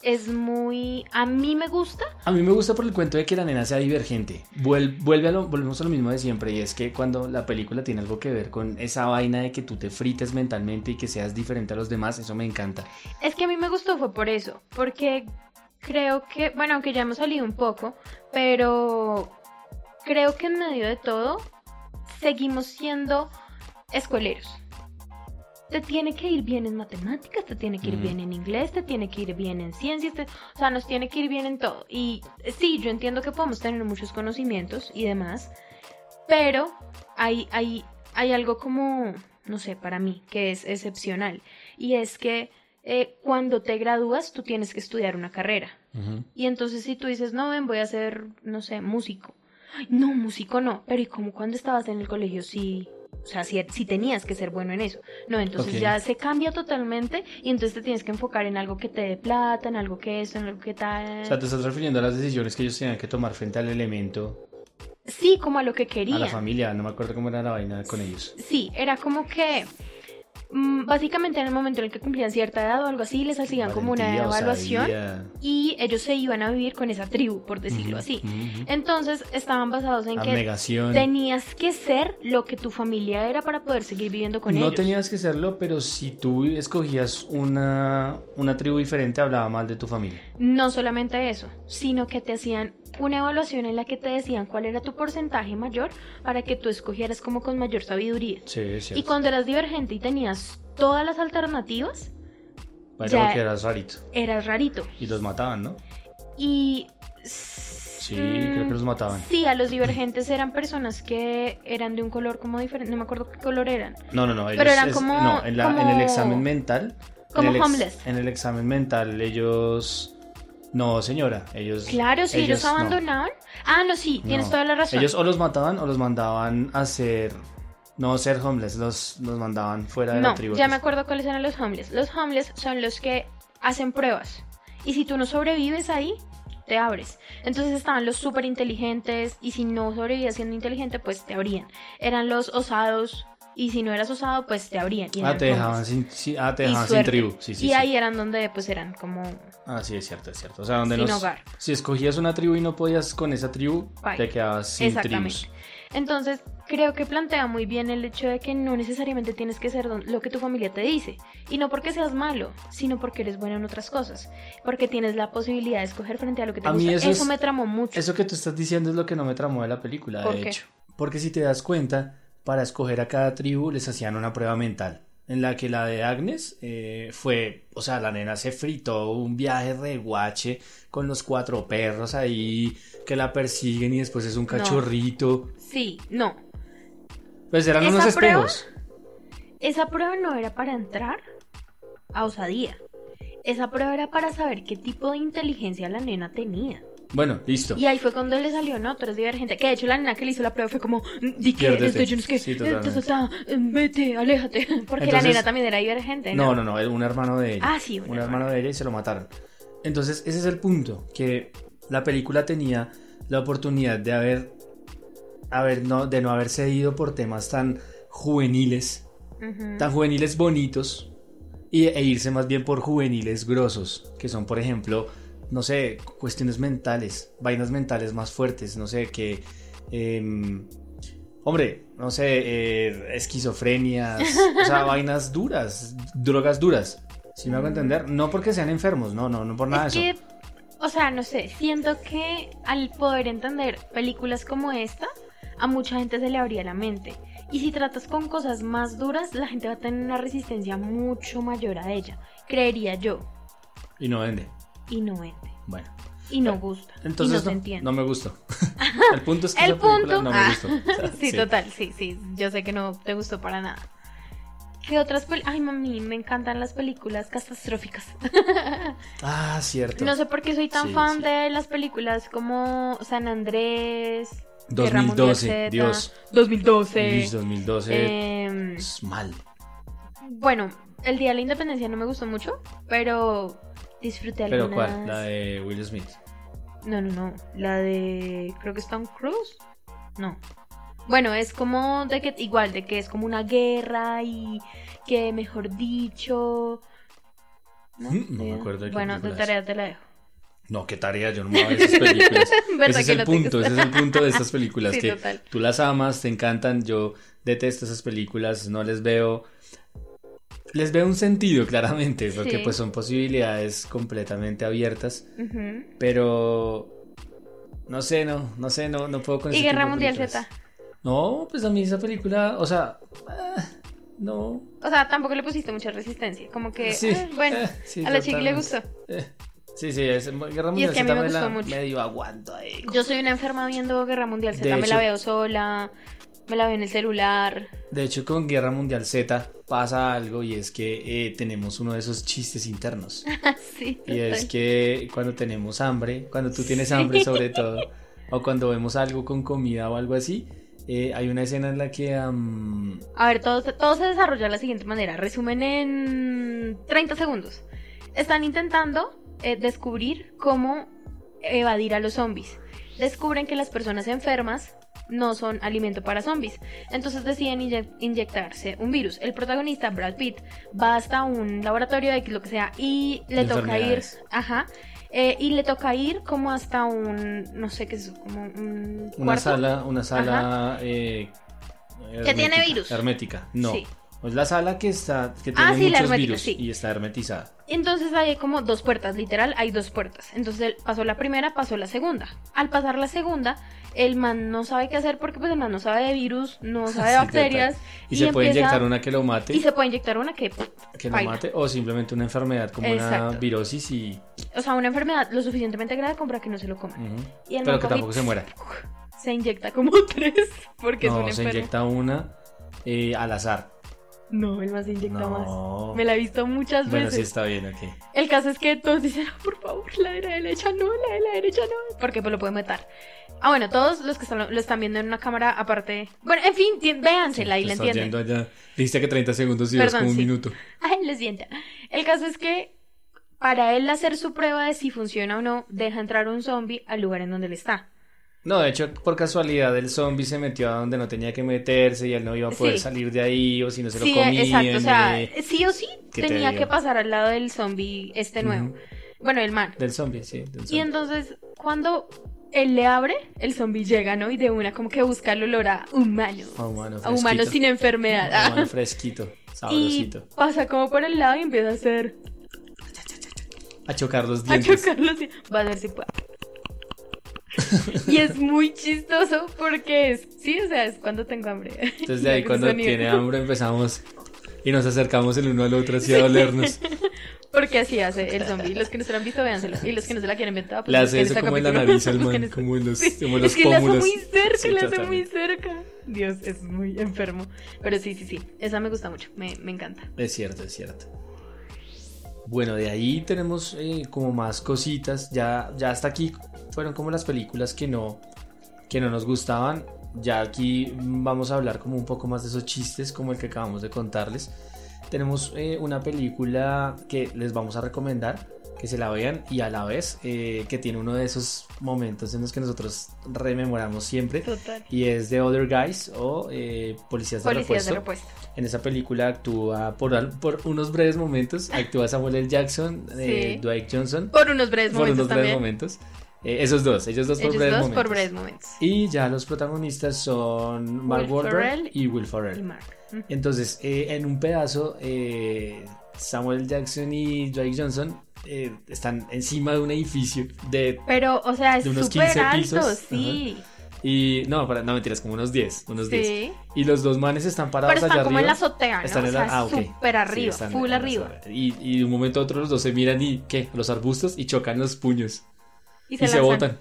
B: es muy a mí me gusta
A: A mí me gusta por el cuento de que la nena sea divergente. Vuel- vuelve a lo, volvemos a lo mismo de siempre y es que cuando la película tiene algo que ver con esa vaina de que tú te frites mentalmente y que seas diferente a los demás, eso me encanta.
B: Es que a mí me gustó fue por eso, porque creo que, bueno, aunque ya hemos salido un poco, pero creo que en medio de todo seguimos siendo escueleros. Te tiene que ir bien en matemáticas, te tiene que ir
A: Ujú.
B: bien en inglés, te tiene que ir bien en ciencias, te- o sea, nos tiene que ir bien en todo. Y sí, yo entiendo que podemos tener muchos conocimientos y demás, pero hay, hay, hay algo como, no sé, para mí, que es excepcional. Y es que eh, cuando te gradúas tú tienes que estudiar una carrera. Y entonces si tú dices, no, ven, voy a ser, no sé, músico. Ay, No, músico no, pero ¿y como cuando estabas en el colegio sí? O sea, si, tenías que ser bueno en eso. No, entonces
A: Ok.
B: ya se cambia totalmente y entonces te tienes que enfocar en algo que te dé plata, en algo que eso, en algo que tal.
A: O sea, te estás refiriendo a las decisiones que ellos tenían que tomar frente al elemento,
B: sí, como a lo que
A: a la
B: querían.
A: familia, no me acuerdo cómo era la vaina con ellos.
B: Sí, era como que mm, básicamente en el momento en el que cumplían cierta edad o algo así, les hacían como una
A: Valentía,
B: evaluación
A: osadía.
B: y ellos se iban a vivir con esa tribu, por decirlo
A: Ujú,
B: así.
A: ujú.
B: Entonces estaban basados en que
A: Abnegación.
B: tenías que ser lo que tu familia era para poder seguir viviendo con
A: no
B: ellos.
A: tenías que serlo, pero si tú escogías una, una tribu diferente, hablaba mal de tu familia.
B: No solamente eso, sino que te hacían una evaluación en la que te decían cuál era tu porcentaje mayor para que tú escogieras como con mayor sabiduría.
A: Sí, es
B: Y cuando eras divergente y tenías todas las alternativas,
A: Pero
B: ya-
A: porque eras rarito.
B: eras rarito.
A: Y los mataban, ¿no?
B: Y... mm,
A: Sí, creo que los mataban.
B: Sí, a los divergentes eran personas que eran de un color como diferente, no me acuerdo qué color eran.
A: No, no, no.
B: Pero
A: ellos
B: eran
A: es-
B: como-
A: no, en, la- en el
B: como-
A: examen mental.
B: como
A: en el ex-
B: homeless.
A: En el examen mental, ellos. No, señora. Ellos.
B: Claro, si ellos,
A: no.
B: abandonaban. Ah, no, sí, tienes
A: No.
B: toda la razón.
A: Ellos o los mataban o los mandaban a ser. No ser homeless, los, los mandaban fuera de la
B: No,
A: tribu.
B: ya me acuerdo cuáles eran los homeless. Los homeless son los que hacen pruebas. Y si tú no sobrevives ahí, te abres. Entonces estaban los súper inteligentes y si no sobrevivías siendo inteligente, pues te abrían. Eran los osados y si no eras osado, pues te abrían. Y
A: Ah,
B: eran
A: te
B: homeless.
A: dejaban sin, sí, ah, te
B: Y
A: dejaban sin
B: suerte.
A: tribu. Sí, sí,
B: y
A: sí.
B: ahí eran donde pues eran como...
A: Ah, sí, es cierto, es cierto. O sea, donde
B: Sin
A: nos-
B: hogar.
A: Si escogías una tribu y no podías con esa tribu,
B: Bye.
A: te quedabas sin
B: Exactamente.
A: tribus.
B: Entonces creo que plantea muy bien el hecho de que no necesariamente tienes que ser don- lo que tu familia te dice. Y no porque seas malo, sino porque eres bueno en otras cosas. Porque tienes la posibilidad de escoger frente a lo que te
A: A mí
B: gusta.
A: eso
B: eso
A: es-
B: me tramó mucho.
A: Eso que tú estás diciendo es lo que no me tramó de la película,
B: ¿Por
A: de
B: qué?
A: hecho. Porque si te das cuenta, para escoger a cada tribu les hacían una prueba mental. En la que la de Agnes eh, fue, o sea, la nena se fritó un viaje de guache con los cuatro perros ahí que la persiguen y después es un cachorrito.
B: Sí, no.
A: Pues eran
B: ¿Esa
A: unos
B: prueba?
A: espejos.
B: Esa prueba no era para entrar a osadía. Esa prueba era para saber qué tipo de inteligencia la nena tenía.
A: Bueno, listo.
B: Y ahí fue cuando le salió, no, tú eres divergente. Que de hecho la nena que le hizo la prueba fue como, "Mm, di que,
A: Piérdete.
B: esto, yo no sé qué,
A: Sí,
B: eh,
A: totalmente.
B: ta, ta, ta, eh, vete, aléjate. *laughs* Porque la
A: Entonces-
B: nena también era divergente.
A: No, no, no, era un hermano de ella.
B: Ah, sí, un
A: un, hermano. de ella y se lo mataron. Entonces, ese es el punto, que la película tenía la oportunidad de haber, haber no, de no haberse ido por temas tan juveniles,
B: Ujú.
A: tan juveniles bonitos, y, e irse más bien por juveniles grosos, que son, por ejemplo, no sé, cuestiones mentales, vainas mentales más fuertes, no sé, que... em, Hombre, no sé, eh, esquizofrenias, o
B: *laughs*
A: sea, vainas duras, drogas duras. Si me hago entender, no porque sean enfermos, no, no, no por nada
B: Mm. es
A: de
B: que,
A: eso.
B: o sea, no sé, siento que al poder entender películas como esta, a mucha gente se le abría la mente. Y si tratas con cosas más duras, la gente va a tener una resistencia mucho mayor a ella, creería yo.
A: Y no vende.
B: Y no vende.
A: Bueno.
B: Y no gusta.
A: Entonces
B: y no, se
A: no,
B: entiende.
A: no me
B: *laughs*
A: gustó. El punto es que
B: El
A: esa película
B: punto.
A: no me
B: Ah.
A: gustó. O sea,
B: *laughs* sí, total, sí, sí. Yo sé que no te gustó para nada. ¿Qué otras películas? Ay, mami, me encantan las películas catastróficas. *laughs*
A: Ah, cierto.
B: No sé por qué soy tan
A: Sí,
B: fan
A: sí.
B: de las películas como San Andrés, Guerra Mundial
A: 2012,
B: Z,
A: Dios.
B: 2012.
A: Luis, 2012
B: em,
A: es pues, mal.
B: bueno, el Día de la Independencia no me gustó mucho, pero disfruté algunas.
A: ¿Pero cuál? La de Will Smith.
B: No, no, no. La de. Creo que es Tom Cruise. No. Bueno, es como de que. Igual, de que es como una guerra y que, mejor dicho.
A: Mm, no me acuerdo de qué
B: Bueno, de
A: película es.
B: tarea te la dejo. *laughs*
A: No, qué tarea, yo no me voy a ver esas películas.
B: ¿Verdad
A: ese es
B: que
A: el
B: no te
A: punto,
B: gusta?
A: ese es el punto de estas películas.
B: *laughs* Sí,
A: que
B: total.
A: tú las amas, te encantan, yo detesto esas películas, no les veo... Les veo un sentido, *laughs* claramente, porque
B: Sí.
A: pues son posibilidades completamente abiertas,
B: Ujú.
A: pero... No sé, no, no sé, no, no puedo con
B: Y
A: ese
B: Guerra
A: tipo de
B: Mundial
A: películas.
B: Z.
A: No, pues a mí esa película, o sea... ah, no.
B: O sea, tampoco le pusiste mucha resistencia. Como que.
A: Sí,
B: ah, *laughs* bueno,
A: eh, *laughs* sí,
B: a la chiqui le
A: totalmente.
B: gustó.
A: Eh, Sí, sí, es, Guerra
B: Y es
A: Mundial
B: que a mí
A: Z
B: me
A: me la
B: gustó mucho.
A: medio aguanto ahí.
B: Yo soy una enferma viendo Guerra Mundial Z.
A: De
B: Me
A: hecho-
B: la veo sola. Me la veo en el celular. *laughs*
A: De hecho, con Guerra Mundial Z pasa algo y es que eh, tenemos uno de esos chistes internos.
B: sí, *laughs*
A: Y es
B: total.
A: que cuando tenemos hambre, cuando tú tienes
B: Sí.
A: hambre sobre todo, o cuando vemos algo con comida o algo así, eh, hay una escena en la que... am,
B: A ver, todo, se- todo se desarrolla de la siguiente manera. Resumen en 30 segundos. Están intentando eh, descubrir cómo evadir a los zombies. Descubren que las personas enfermas no son alimento para zombies. Entonces deciden inye- inyectarse un virus. El protagonista, Brad Pitt, va hasta un laboratorio X, lo que sea, y le
A: De
B: toca ir.
A: enfermedades.
B: Ajá. eh, y le toca ir como hasta un, no sé qué es eso, como un
A: una
B: cuarto.
A: sala... Una sala... eh, hermética-
B: tiene virus.
A: Hermética, no.
B: Sí.
A: Es la sala que está... Que tiene
B: Ah, sí, la
A: muchos
B: hermética,
A: virus
B: sí.
A: y está hermetizada.
B: Entonces hay como dos puertas, literal, hay dos puertas. Entonces él pasó la primera, pasó la segunda. Al pasar la segunda, el man no sabe qué hacer porque pues el man no sabe de virus, no sabe
A: *laughs*
B: de
A: Sí,
B: bacterias
A: Y,
B: Y
A: se puede
B: empieza-
A: inyectar una que lo mate,
B: y se puede inyectar una que, pff,
A: que lo
B: baila.
A: mate, o simplemente una enfermedad como una
B: Exacto.
A: virosis y...
B: o sea, una enfermedad lo suficientemente grave como para que no se lo coma.
A: ujú.
B: Y el
A: Mm, Pero
B: man
A: que
B: coge y
A: tampoco se
B: *laughs*
A: muera.
B: se inyecta como *laughs* tres porque es
A: no,
B: un
A: se
B: enfermo.
A: inyecta una eh, al azar.
B: No, el man se inyecta más.
A: No.
B: Me la he visto muchas
A: Bueno, sí
B: veces.
A: está bien, ok.
B: El caso es que todos dicen, "Ah, por favor, la de la derecha no, la de la derecha no, porque pues lo puede matar. Ah, bueno, todos los que están, lo están viendo en una cámara aparte. Bueno, en fin, ti- véansela y
A: Te
B: la
A: estás
B: entienden. *laughs*
A: yendo allá. Dijiste que 30 segundos y es
B: Perdón,
A: como un
B: sí.
A: minuto.
B: Ay, les sienta. El caso es que para él hacer su prueba de si funciona o no, deja entrar un zombie al lugar en donde él está.
A: No, de hecho, por casualidad el zombie se metió a donde no tenía que meterse y él no iba a poder
B: Sí.
A: salir de ahí o si no se lo
B: sí,
A: comían.
B: exacto. O sea,
A: eh,
B: sí o sí
A: ¿qué te
B: tenía
A: digo?
B: que pasar al lado del zombie este nuevo.
A: Ujú.
B: Bueno, el man.
A: Del zombie, sí. Del
B: Y
A: zombie.
B: entonces, cuando él le abre, el zombie llega, ¿no? Y de una como que busca el olor a humano.
A: A humano
B: A humanos sin
A: fresquito.
B: enfermedad.
A: A humano fresquito,
B: *laughs* y
A: sabrosito.
B: pasa como por el lado y empieza a hacer,
A: A chocar los
B: a
A: dientes.
B: chocarlo así. Va a ver si puede. y es muy chistoso porque es, sí, o sea, es cuando tengo hambre. *laughs*
A: Entonces de ahí
B: Ese
A: cuando
B: sonido.
A: tiene hambre empezamos y nos acercamos el uno al otro así a
B: *laughs*
A: olernos.
B: Porque así hace el zombie. Los que no se lo han visto, véanselo. Y los que no se la quieren ver, pues
A: Le hace
B: busquen
A: eso
B: este
A: como en la
B: capítulo. *laughs*
A: nariz al
B: Busquen
A: man,
B: este.
A: como en los,
B: Sí,
A: como en los
B: es que la hace
A: pómulos.
B: muy cerca,
A: Sí,
B: la hace
A: totalmente.
B: muy cerca. Dios, es muy enfermo. Pero sí, sí, sí. Esa me gusta mucho. Me, me encanta.
A: Es cierto, es cierto. Bueno, de ahí tenemos eh, como más cositas. Ya, ya hasta aquí fueron como las películas que no, que no nos gustaban. Ya aquí vamos a hablar como un poco más de esos chistes, como el que acabamos de contarles. Tenemos eh, una película que les vamos a recomendar que se la vean y a la vez eh, que tiene uno de esos momentos en los que nosotros rememoramos siempre
B: Total.
A: y es The Other Guys o eh, Policías de
B: Policías
A: Repuesto.
B: del opuesto.
A: En esa película actúa por, al- por unos breves momentos, actúa Samuel L. Jackson, eh,
B: Sí.
A: Dwight Johnson,
B: Por unos breves
A: por
B: momentos
A: unos breves
B: también.
A: momentos. Eh, esos dos, ellos dos por
B: Ellos
A: breves
B: dos
A: momentos.
B: por breves momentos.
A: Y ya los protagonistas son Mark
B: Will
A: Wahlberg
B: Ferrell
A: y Will
B: Y
A: Ferrell.
B: Mark. Ujú.
A: Entonces, eh, en un pedazo, eh, Samuel Jackson y Dwight Johnson eh, están encima de un edificio de
B: Pero, o sea, es
A: De unos
B: súper
A: 15
B: alto,
A: pisos,
B: sí.
A: Y no, para, no mentiras, como unos 10, unos 10.
B: Sí.
A: Y los dos manes están parados
B: Pero están
A: allá
B: como en
A: arriba.
B: la azotea, ¿no?
A: Están
B: o
A: en la-
B: sea,
A: ah, ok.
B: súper
A: Sí,
B: arriba,
A: están en
B: full
A: la
B: arriba.
A: azotea. Y, y de un momento a otro los dos se miran y ¿qué? A los arbustos y chocan los puños
B: Y
A: y
B: se,
A: se,
B: lanzan.
A: botan.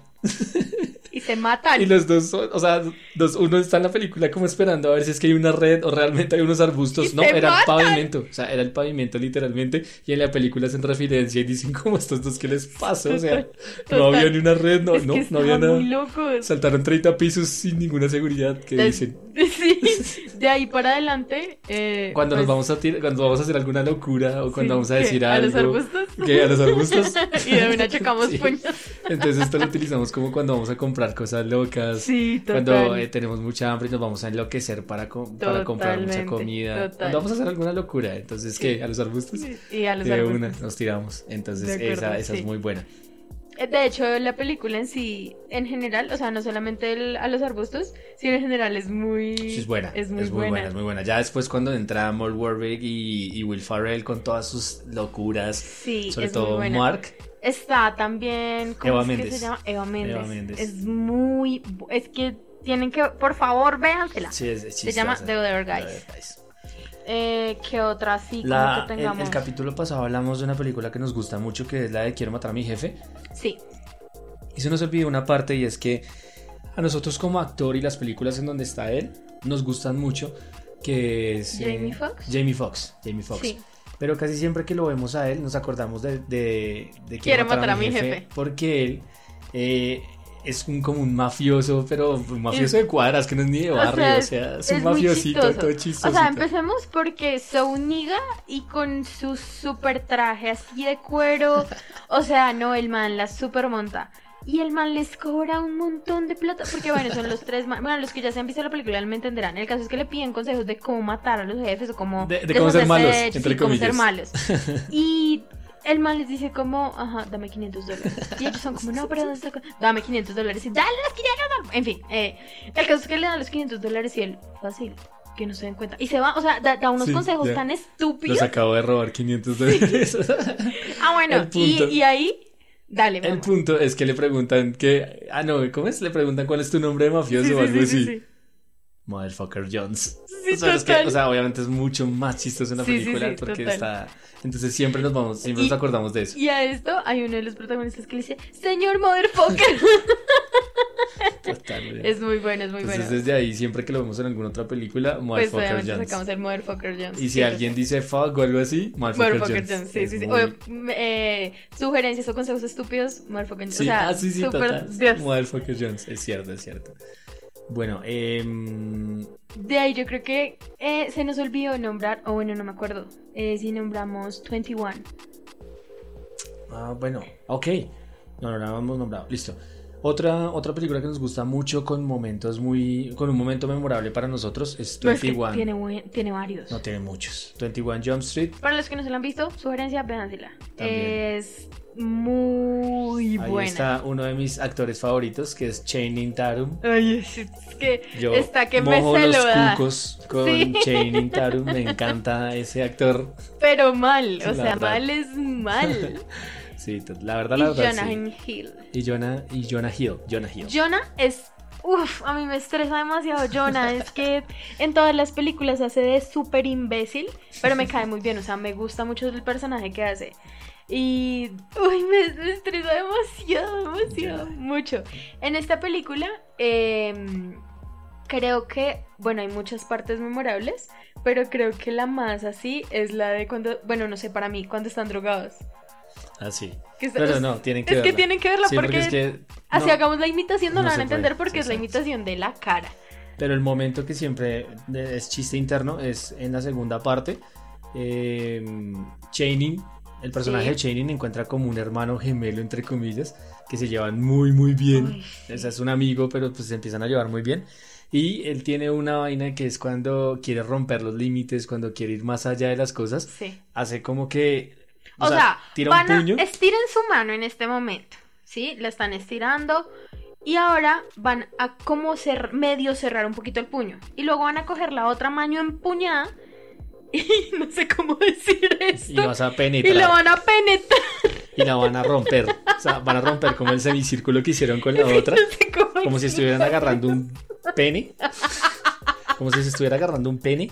B: Y se matan.
A: Y los dos, son- o sea, los, uno está en la película como esperando a ver si es que hay una red o realmente hay unos arbustos.
B: Y
A: No,
B: se
A: era el
B: matan.
A: pavimento, o sea, era el pavimento literalmente. Y en la película hacen referencia y dicen como estos dos, ¿qué les pasó? O sea, no
B: Total.
A: había ni una red, no,
B: Es que
A: no, no
B: estaban
A: había nada.
B: muy locos.
A: Saltaron 30 pisos sin ninguna seguridad, que
B: Des-
A: dicen?
B: *laughs* Sí, de ahí para adelante. eh,
A: Cuando nos
B: pues,
A: vamos a tirar, cuando vamos a hacer alguna locura o cuando
B: sí,
A: vamos a
B: ¿qué?
A: decir
B: A los
A: algo.
B: arbustos.
A: que a
B: *laughs*
A: los arbustos.
B: y de una
A: *laughs*
B: chocamos
A: Sí.
B: puños.
A: Entonces esto lo utilizamos como cuando vamos a comprar cosas locas.
B: Sí, total.
A: Cuando eh, tenemos mucha hambre y nos vamos a enloquecer para, co- para comprar mucha
B: Totalmente,
A: comida.
B: total.
A: Cuando vamos a hacer alguna locura. Entonces, ¿qué? ¿A los arbustos?
B: y a los
A: De
B: arbustos.
A: una, nos tiramos. Entonces,
B: De acuerdo,
A: esa, esa es
B: sí.
A: muy buena.
B: Eh, De hecho, la película en sí, en general, o sea, no solamente el- a los arbustos, sino en general es muy.
A: Sí, es buena.
B: Es muy buena.
A: es muy buena. Ya después cuando entra Mark Warwick y, y Will Farrell con todas sus locuras,
B: Sí,
A: sobre
B: es muy
A: todo
B: buena.
A: Mark,
B: Está también. ¿cómo
A: Eva
B: es que
A: Méndez.
B: se llama? Eva Méndez.
A: Eva Méndez.
B: Es muy. bu- Es que tienen que. Por favor, véansela.
A: sí, es, es
B: se llama
A: chistosa.
B: The Other
A: La
B: Guys.
A: verdad es-
B: Eh, ¿Qué otra sí? como
A: La-
B: que
A: el, el
B: tengamos?
A: capítulo pasado hablamos de una película que nos gusta mucho, que es la de Quiero matar a mi jefe.
B: Sí,
A: Y se nos olvidó una parte y es que a nosotros como actor y las películas en donde está él nos gustan mucho, que es... eh,
B: Jamie Foxx.
A: Jamie Foxx, Jamie Foxx.
B: sí.
A: Pero casi siempre que lo vemos a él nos acordamos de... de, de
B: Quiero matar a mi jefe.
A: Porque él eh, es un, como un mafioso, pero un mafioso de cuadras, que no es ni de
B: O
A: barrio,
B: sea,
A: o sea,
B: es-
A: es, un
B: es muy
A: mafiosito,
B: chistoso.
A: todo
B: O
A: chistosito.
B: sea, empecemos porque Souniga y con su super traje así de cuero. O sea, no, el man la super monta. Y el man les cobra un montón de plata. Porque bueno, son los tres man- Bueno, los que ya se han visto la película me entenderán. El caso es que le piden consejos de cómo matar a los jefes o cómo
A: De- de cómo ser
B: deshacerse
A: malos,
B: de ellos,
A: entre
B: sí, cómo ser
A: comillas.
B: malos.
A: *laughs*
B: Y el man les dice como, ajá, dame 500 dólares. Y ellos son como, no, pero ¿dónde está el co-? dame 500 dólares. Y dale los 500 dólares. En fin, eh, el caso es que le da los 500 dólares y él, fácil, que no se den cuenta. Y se va, o sea, da, da unos
A: Sí,
B: consejos
A: ya.
B: tan estúpidos.
A: Los acabo de robar 500 dólares.
B: Ah, bueno,
A: El
B: y,
A: punto.
B: y ahí, dale.
A: El
B: vamos.
A: punto es que le preguntan que. Ah, no, ¿cómo es? Le preguntan cuál es tu nombre de mafioso o algo así.
B: sí.
A: Motherfucker Jones.
B: Sí,
A: o, sea, es que-
B: total.
A: o sea, obviamente es mucho más chistoso en la
B: Sí, sí,
A: película
B: sí,
A: porque
B: total.
A: está. Entonces siempre nos vamos, siempre
B: Y-
A: nos acordamos de eso.
B: Y a esto hay uno de los protagonistas que le dice,
A: *laughs*
B: señor motherfucker.
A: Total,
B: es muy bueno, es muy
A: Entonces
B: bueno.
A: desde ahí, siempre que lo vemos en alguna otra película,
B: Pues
A: Motherfucker
B: obviamente
A: Jones.
B: sacamos el motherfucker Jones.
A: Y
B: Sí, pues,
A: si alguien dice fuck o algo así, Motherfucker,
B: Motherfucker
A: Jones.
B: Jones, sí,
A: Es
B: sí, sí.
A: muy-
B: O, mm, eh, sugerencias o consejos estúpidos, Motherfucker Jones.
A: Sí,
B: o sea,
A: ah, sí, sí,
B: súper-
A: total.
B: Dios.
A: Motherfucker Jones, es cierto, es cierto. Bueno, eh.
B: De ahí yo creo que eh, se nos olvidó nombrar, o bueno, no me acuerdo, eh, si nombramos 21.
A: Ah, bueno, ok. No, no, la hemos nombrado. Listo. Otra, otra película que nos gusta mucho con momentos muy. con un momento memorable para nosotros es
B: No, es que
A: 21.
B: tiene, buen- tiene varios.
A: No tiene muchos. 21 Jump Street.
B: Para los que no se la han visto, sugerencia, véansela.
A: También.
B: Es muy
A: Ahí
B: buena.
A: está uno de mis actores favoritos, que es Channing Tatum.
B: Ay, es, es que
A: Yo
B: está que me
A: mojo
B: se
A: los
B: lo da,
A: cucos con
B: Sí. *laughs*
A: Channing Tatum. Me encanta ese actor.
B: pero mal,
A: Sí,
B: o
A: la
B: sea,
A: verdad.
B: mal es mal.
A: Sí, to- *laughs* la verdad,
B: y
A: la verdad.
B: Jonah
A: sí.
B: Hill.
A: Y Jonah, y Jonah Hill. Jonah Hill.
B: Jonah es. Uf, a mí me estresa demasiado Jonah. Es que en todas las películas hace de súper imbécil, pero me cae muy bien. O sea, me gusta mucho el personaje que hace. Y. Uy, me, me estresa demasiado, demasiado,
A: Ya.
B: mucho. En esta película, em, creo que. Bueno, hay muchas partes memorables, pero creo que la más así es la de cuando. Bueno, no sé, para mí, cuando están drogados.
A: Así.
B: Que está-
A: Ah, Pero no, tienen que
B: es que
A: verla.
B: tienen que verla
A: Sí,
B: porque.
A: es que.
B: Así
A: no.
B: hagamos la imitación, no,
A: No
B: la van
A: se
B: a entender
A: puede,
B: porque es la
A: exacto.
B: imitación de la cara.
A: Pero el momento que siempre es chiste interno es en la segunda parte. Eh, Channing, el personaje
B: Sí.
A: de Channing encuentra como un hermano gemelo, entre comillas, que se llevan muy, muy bien.
B: Uy,
A: O sea, es un amigo, pero pues se empiezan a llevar muy bien. Y él tiene una vaina que es cuando quiere romper los límites, cuando quiere ir más allá de las cosas.
B: sí.
A: Hace como que.
B: O, sea,
A: tira
B: van
A: un puño.
B: a estiren su mano en este momento, ¿sí? La están estirando y ahora van a como cer- medio cerrar un poquito el puño y luego van a coger la otra mano empuñada *laughs* y no sé cómo decir
A: Y
B: esto
A: vas a
B: y,
A: penetrar.
B: lo van a penetrar, *laughs*
A: y la van a romper. O sea, van a romper como el semicírculo que hicieron con la otra.
B: no sé cómo
A: como si estuvieran agarrando
B: *laughs*
A: un pene. Como si se estuviera agarrando un pene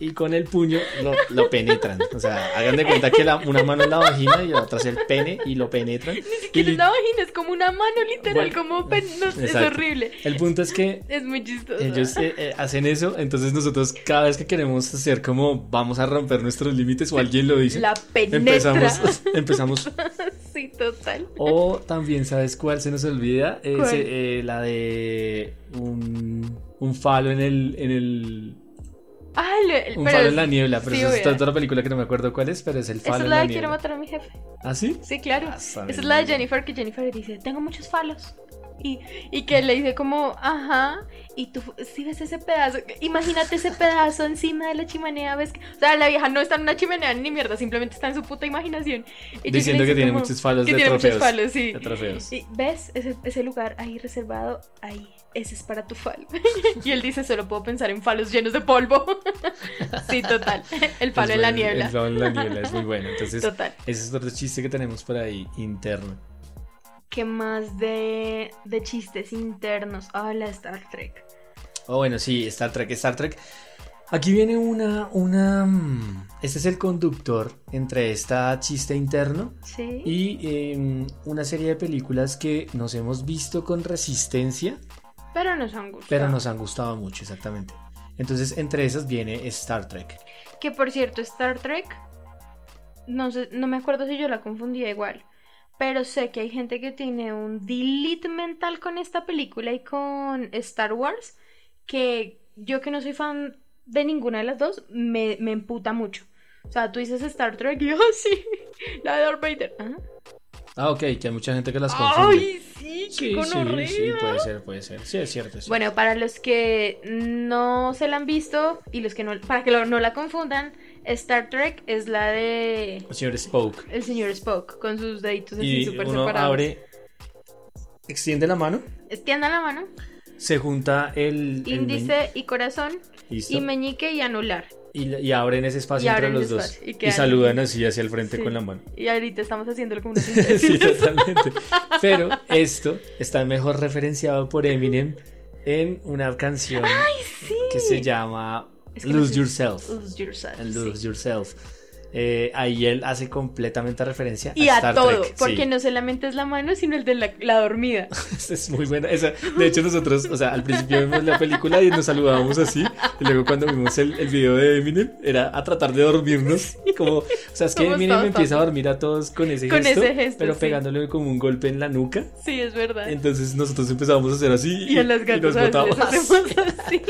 A: y con el puño lo, lo penetran. O sea, hagan de cuenta que la, una mano es la vagina y la otra es el pene y lo penetran.
B: Ni
A: Y
B: siquiera
A: li-
B: es una vagina, es como una mano literal,
A: Bueno,
B: como pen- no, es
A: exacto.
B: horrible.
A: El punto es que
B: Es muy chistoso.
A: ellos eh, eh, hacen eso, entonces nosotros cada vez que queremos hacer como vamos a romper nuestros límites o alguien lo dice,
B: La penetra.
A: empezamos, *laughs* empezamos.
B: sí, total.
A: O también, ¿sabes cuál se nos olvida? Es,
B: ¿Cuál?
A: eh, eh, la de un, un falo en el, en el
B: Ah, lo-
A: Un
B: pero
A: falo
B: es-
A: en la niebla, pero
B: sí,
A: eso es
B: obvio.
A: otra película que no me acuerdo cuál es, pero es el
B: Esa
A: falo
B: es
A: en
B: la
A: la
B: de Quiero
A: niebla.
B: matar a mi jefe.
A: ¿Ah, sí?
B: Sí, claro.
A: Ah, sabe,
B: Esa es la de
A: mira.
B: Jennifer que Jennifer dice, tengo muchos falos. Y, y que le dice como, ajá, y tú si ves ese pedazo, imagínate ese pedazo encima de la chimenea, ves que, o sea, la vieja no está en una chimenea ni mierda, simplemente está en su puta imaginación. Y yo
A: Diciendo
B: le
A: que
B: dice
A: tiene
B: como,
A: muchos falos
B: que
A: de
B: tiene
A: trofeos.
B: muchos falos, sí.
A: De trofeos.
B: Y ves ese, ese lugar ahí reservado, ahí, ese es para tu falo. *laughs* y él dice, solo puedo pensar en falos llenos de polvo. *laughs* sí, total. *laughs* El
A: Es
B: falo en la
A: Pues bueno,
B: niebla.
A: El falo en la niebla es muy
B: *laughs*
A: bueno. Entonces,
B: Total.
A: ese es otro chiste que tenemos por ahí interno.
B: ¿Qué más de, de chistes internos habla Star Trek?
A: Oh, bueno, sí, Star Trek, Star Trek. Aquí viene una, una... mm, Este es el conductor entre esta chiste interno
B: Sí.
A: y eh, una serie de películas que nos hemos visto con resistencia,
B: Pero nos han gustado.
A: pero nos han gustado mucho, exactamente. Entonces, entre esas viene Star Trek.
B: Que por cierto, Star Trek, no, sé, no me acuerdo si yo la confundía igual. Pero sé que hay gente que tiene un delete mental con esta película y con Star Wars. Que yo que no soy fan de ninguna de las dos, me, me emputa mucho. O sea, tú dices Star Trek y yo, *laughs* sí, la de Darth Vader. Ajá.
A: Ah, ok, que hay mucha gente que las confunde.
B: Ay, sí, qué
A: sí,
B: gonorrea.
A: sí, puede ser, puede ser. Sí, es cierto. es
B: Bueno, para los que no se la han visto y los que no, para que lo- no la confundan, Star Trek es la de
A: cierto. Señor Spoke.
B: el señor Spock con sus deditos así
A: Y
B: súper
A: uno
B: separados.
A: abre, extiende la mano,
B: Extienda la mano,
A: se junta el el meñique,
B: índice y corazón,
A: listo,
B: y meñique y anular.
A: y, y abren ese
B: y
A: espacio entre
B: abren
A: los
B: el
A: dos.
B: espacio, y
A: Y,
B: quedan-
A: saludan así hacia el frente
B: Sí.
A: con la
B: *laughs*
A: mano. *laughs*
B: Y ahorita estamos haciéndolo como unos
A: sí,
B: imbéciles.
A: totalmente. Pero esto está mejor referenciado por Eminem en una canción que se llama
B: Es que no
A: Lose
B: sé.
A: Yourself.
B: Lose yourself,
A: And
B: sí.
A: Lose Yourself. Eh, ahí él hace completamente referencia
B: Y
A: a,
B: a
A: Star
B: todo,
A: Trek,
B: porque
A: sí.
B: no solamente es la mano, sino el de la, la dormida.
A: Esa *laughs* Es muy buena. Esa, de hecho, nosotros, o sea, al principio vimos la película y nos saludábamos así. Y luego cuando vimos el, el video de Eminem, era a tratar de dormirnos. Como, o sea, es que
B: Somos
A: Eminem
B: todos
A: empieza a dormir a todos con ese
B: Con
A: gesto.
B: ese gesto,
A: pero
B: sí.
A: pegándole como un golpe en la nuca.
B: Sí, es verdad.
A: Entonces nosotros empezábamos a hacer así.
B: Y a las gatas
A: nos
B: a veces
A: botábamos.
B: hacemos así.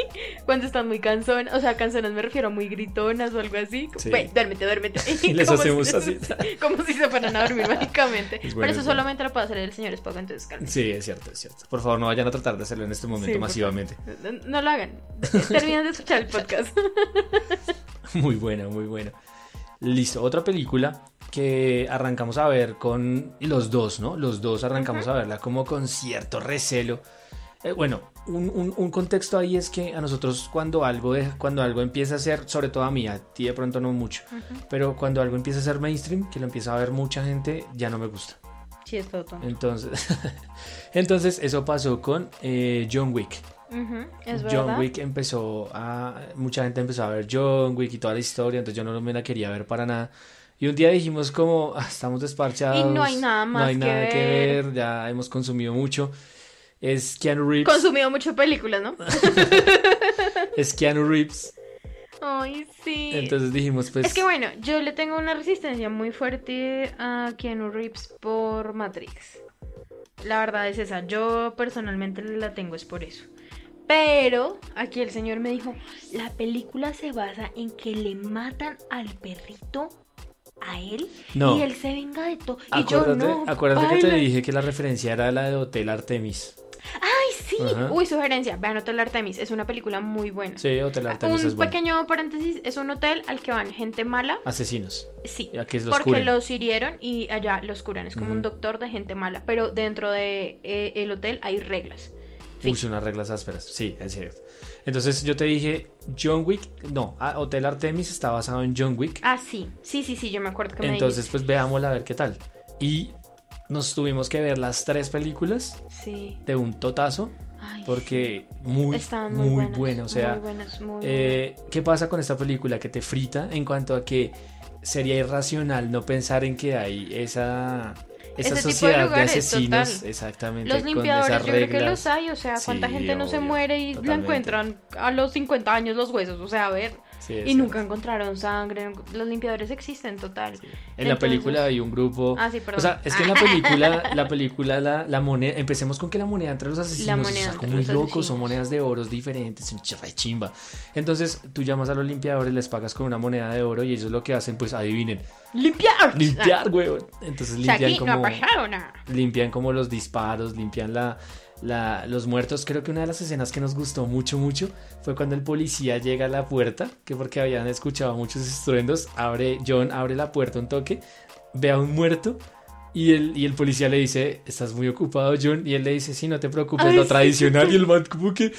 B: Cuando están muy cansonas, o sea, cansonas me refiero a muy gritonas o algo así.
A: Sí.
B: Ve, duérmete, duérmete.
A: *laughs*
B: *laughs*
A: Y les
B: Como
A: hacemos
B: si-
A: así.
B: Como si se fueran a dormir mágicamente.
A: Es
B: Pero
A: bueno,
B: eso
A: es bueno.
B: solamente lo puede hacer el señor Spock, entonces calma.
A: Sí, es cierto, es cierto. Por favor, no vayan a tratar de hacerlo en este momento
B: por
A: masivamente.
B: No, no lo hagan. *laughs* Terminan de escuchar el podcast.
A: *laughs* Muy buena, muy buena. Listo, otra película que arrancamos a ver con y los dos, ¿no? Los dos arrancamos a verla como con cierto recelo. Eh, bueno, un, un- un contexto ahí es que a nosotros cuando algo, deja- cuando algo empieza a ser, sobre todo a mí, a ti de pronto no mucho, pero cuando algo empieza a ser mainstream, que lo empieza a ver mucha gente, ya no me gusta.
B: Sí, es todo tonto.
A: Entonces, *laughs* entonces eso pasó con eh, John Wick.
B: Ujú, Es verdad.
A: John Wick empezó a. Mucha gente empezó a ver John Wick y toda la historia, entonces yo no me la quería ver para nada. Y un día dijimos, como, "Ah, estamos desparchados.
B: Y no hay nada
A: no
B: más
A: hay
B: que
A: nada que
B: ver".
A: ver, ya hemos consumido mucho. Es Keanu Reeves.
B: Consumido mucho películas, ¿no?
A: es Keanu Reeves.
B: *laughs* Ay, *laughs* sí.
A: Entonces dijimos, pues.
B: Es que bueno, yo le tengo una resistencia muy fuerte a Keanu Reeves por Matrix. La verdad es esa, yo personalmente la tengo es por eso. Pero aquí el señor me dijo, la película se basa en que le matan al perrito a él
A: No.
B: y él se venga de todo. Y yo
A: Acuérdate,
B: no.
A: acuérdate que te
B: baila".
A: dije que la referencia era la de Hotel Artemis.
B: Ay, sí.
A: Ajá.
B: Uy, sugerencia, vean Hotel Artemis, es una película muy buena.
A: Sí, Hotel Artemis es
B: Un
A: bueno.
B: pequeño paréntesis, es un hotel al que van gente mala.
A: Asesinos.
B: Sí,
A: Y aquí es los
B: Porque
A: curen.
B: los hirieron y allá los curan. Es como un
A: Ujú.
B: doctor de gente mala. Pero dentro de eh, el hotel hay reglas. Fin.
A: Uy, unas reglas ásperas. Sí, es cierto. Entonces yo te dije, John Wick, no, ah, Hotel Artemis está basado en John Wick.
B: Ah, sí. Sí, sí, sí, yo Ah, me acuerdo que me
A: Entonces, pues veámosla a ver qué tal. Y Nos tuvimos que ver las tres películas
B: Sí.
A: de un totazo
B: Ay,
A: porque muy,
B: estaban
A: muy,
B: buenas,
A: buena. O sea,
B: muy buenas, muy
A: eh, ¿qué pasa con esta película? Que te frita en cuanto a que sería irracional no pensar en que hay esa, esa
B: Ese tipo de
A: sociedad de,
B: lugares,
A: asesinos.
B: total.
A: Exactamente.
B: Los
A: con
B: limpiadores,
A: esas
B: yo creo que
A: reglas.
B: los hay, o sea, cuánta
A: Sí,
B: gente no se
A: obvio,
B: muere y la
A: totalmente.
B: encuentran a los 50 años los huesos, o sea, a ver,
A: Sí,
B: y
A: exacto.
B: nunca encontraron sangre, no- los limpiadores existen, total.
A: Sí. En la
B: Entonces-
A: película hay un grupo.
B: Ah, sí, perdón.
A: O sea, es que en la película, la película, la, la moneda, empecemos con que la moneda entre los asesinos
B: La
A: es
B: moneda
A: algo
B: entre
A: muy
B: los
A: loco, son
B: asesinos.
A: monedas de oro diferentes, son chapa de chimba. Entonces, tú llamas a los limpiadores, les pagas con una moneda de oro y ellos lo que hacen, pues adivinen,
B: *laughs* ¡Limpiar!
A: limpiar, huevón. Entonces
B: O sea,
A: limpian
B: aquí no ah. ha
A: como,
B: pasado nada.
A: limpian como los disparos, limpian la, la- los muertos. Creo que una de las escenas que nos gustó mucho, mucho fue cuando el policía llega a la puerta, que porque habían escuchado muchos estruendos, abre, John abre la puerta un toque, ve a un muerto. Y el, y el policía le dice, estás muy ocupado, John. Y él le dice, sí, no te preocupes,
B: Ay,
A: lo
B: sí.
A: tradicional. Y el man como que...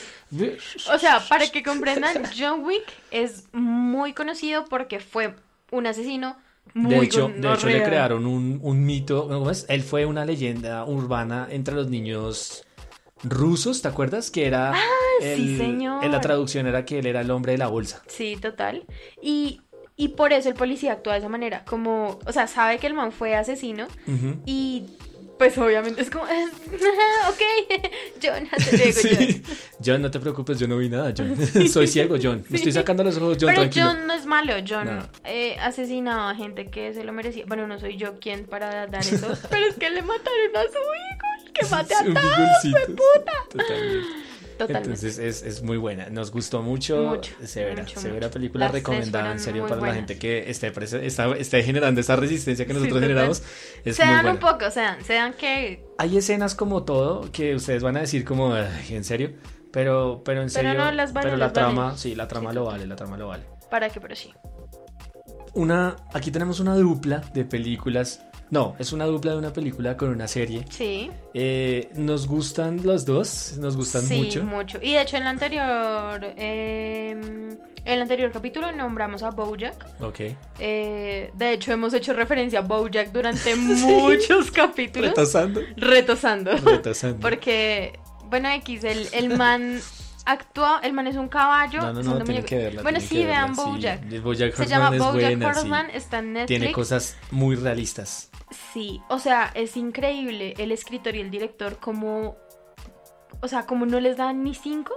B: O sea, para
A: *laughs*
B: que comprendan, John Wick es muy conocido porque fue un asesino muy
A: de hecho, de hecho le
B: gonorrea.
A: crearon un, un mito. ¿cómo es? Él fue una leyenda urbana entre los niños rusos, ¿te acuerdas? Que era.
B: Ah, sí, señor.
A: En la traducción era que él era el hombre de la bolsa.
B: Sí, total. Y, y por eso el policía actúa de esa manera. Como, o sea, sabe que el man fue asesino
A: Ujú.
B: y pues obviamente es como, *laughs* ok, *laughs* John, *laughs* hasta luego,
A: *laughs*
B: John.
A: Sí. John, no te preocupes, yo no vi nada,
B: *laughs*
A: John. Soy ciego, John. Me estoy sacando los ojos, John,
B: Pero
A: tranquilo.
B: John no es malo, John
A: No.
B: eh, asesinaba a gente que se lo merecía. Bueno, no soy yo quien para dar eso, *laughs* pero es que le mataron a su hijo, que mate a
A: Un
B: todos.
A: bigoncito, sí, totalmente.
B: Totalmente.
A: Entonces es, es muy buena, nos gustó mucho,
B: Mucho,
A: severa,
B: mucho,
A: severa
B: mucho.
A: película
B: Las tres
A: recomendada en
B: fueron
A: serio
B: muy
A: para la
B: buenas.
A: gente que esté, prese- está, esté generando esa resistencia que
B: Sí,
A: nosotros
B: total.
A: generamos. Es
B: se
A: muy
B: dan
A: buena.
B: un poco, se dan, se dan que...
A: Hay escenas como todo que ustedes van a decir como, "Ay, en serio, pero, pero en serio,
B: no, las vale,
A: pero la
B: las vale.
A: trama, sí, la trama
B: Sí,
A: lo
B: total.
A: vale, la trama lo vale.
B: ¿Para qué? Pero sí.
A: Una, aquí tenemos una dupla de películas, no, es una dupla de una película con una serie.
B: Sí.
A: Eh, nos gustan los dos, nos gustan
B: sí,
A: mucho.
B: Y de hecho en el anterior... eh, en el anterior capítulo nombramos a Bojack.
A: Ok.
B: Eh, de hecho hemos hecho referencia a
A: *laughs*
B: Bojack durante muchos capítulos. *laughs*
A: Retasando.
B: retosando.
A: Retasando.
B: Porque, bueno, X, el, el man actúa... El man es un caballo.
A: No, no, no,
B: usando
A: tienen
B: muñeco-
A: que verla.
B: Bueno,
A: tienen
B: sí,
A: que verla,
B: vean Bojack.
A: Sí. Bojack
B: Se
A: Horseman
B: llama
A: es
B: Bojack
A: buena, sí.
B: Horseman, está en Netflix.
A: Tiene cosas muy realistas.
B: Sí, o sea, es increíble el escritor y el director como... O sea, como no les dan ni cinco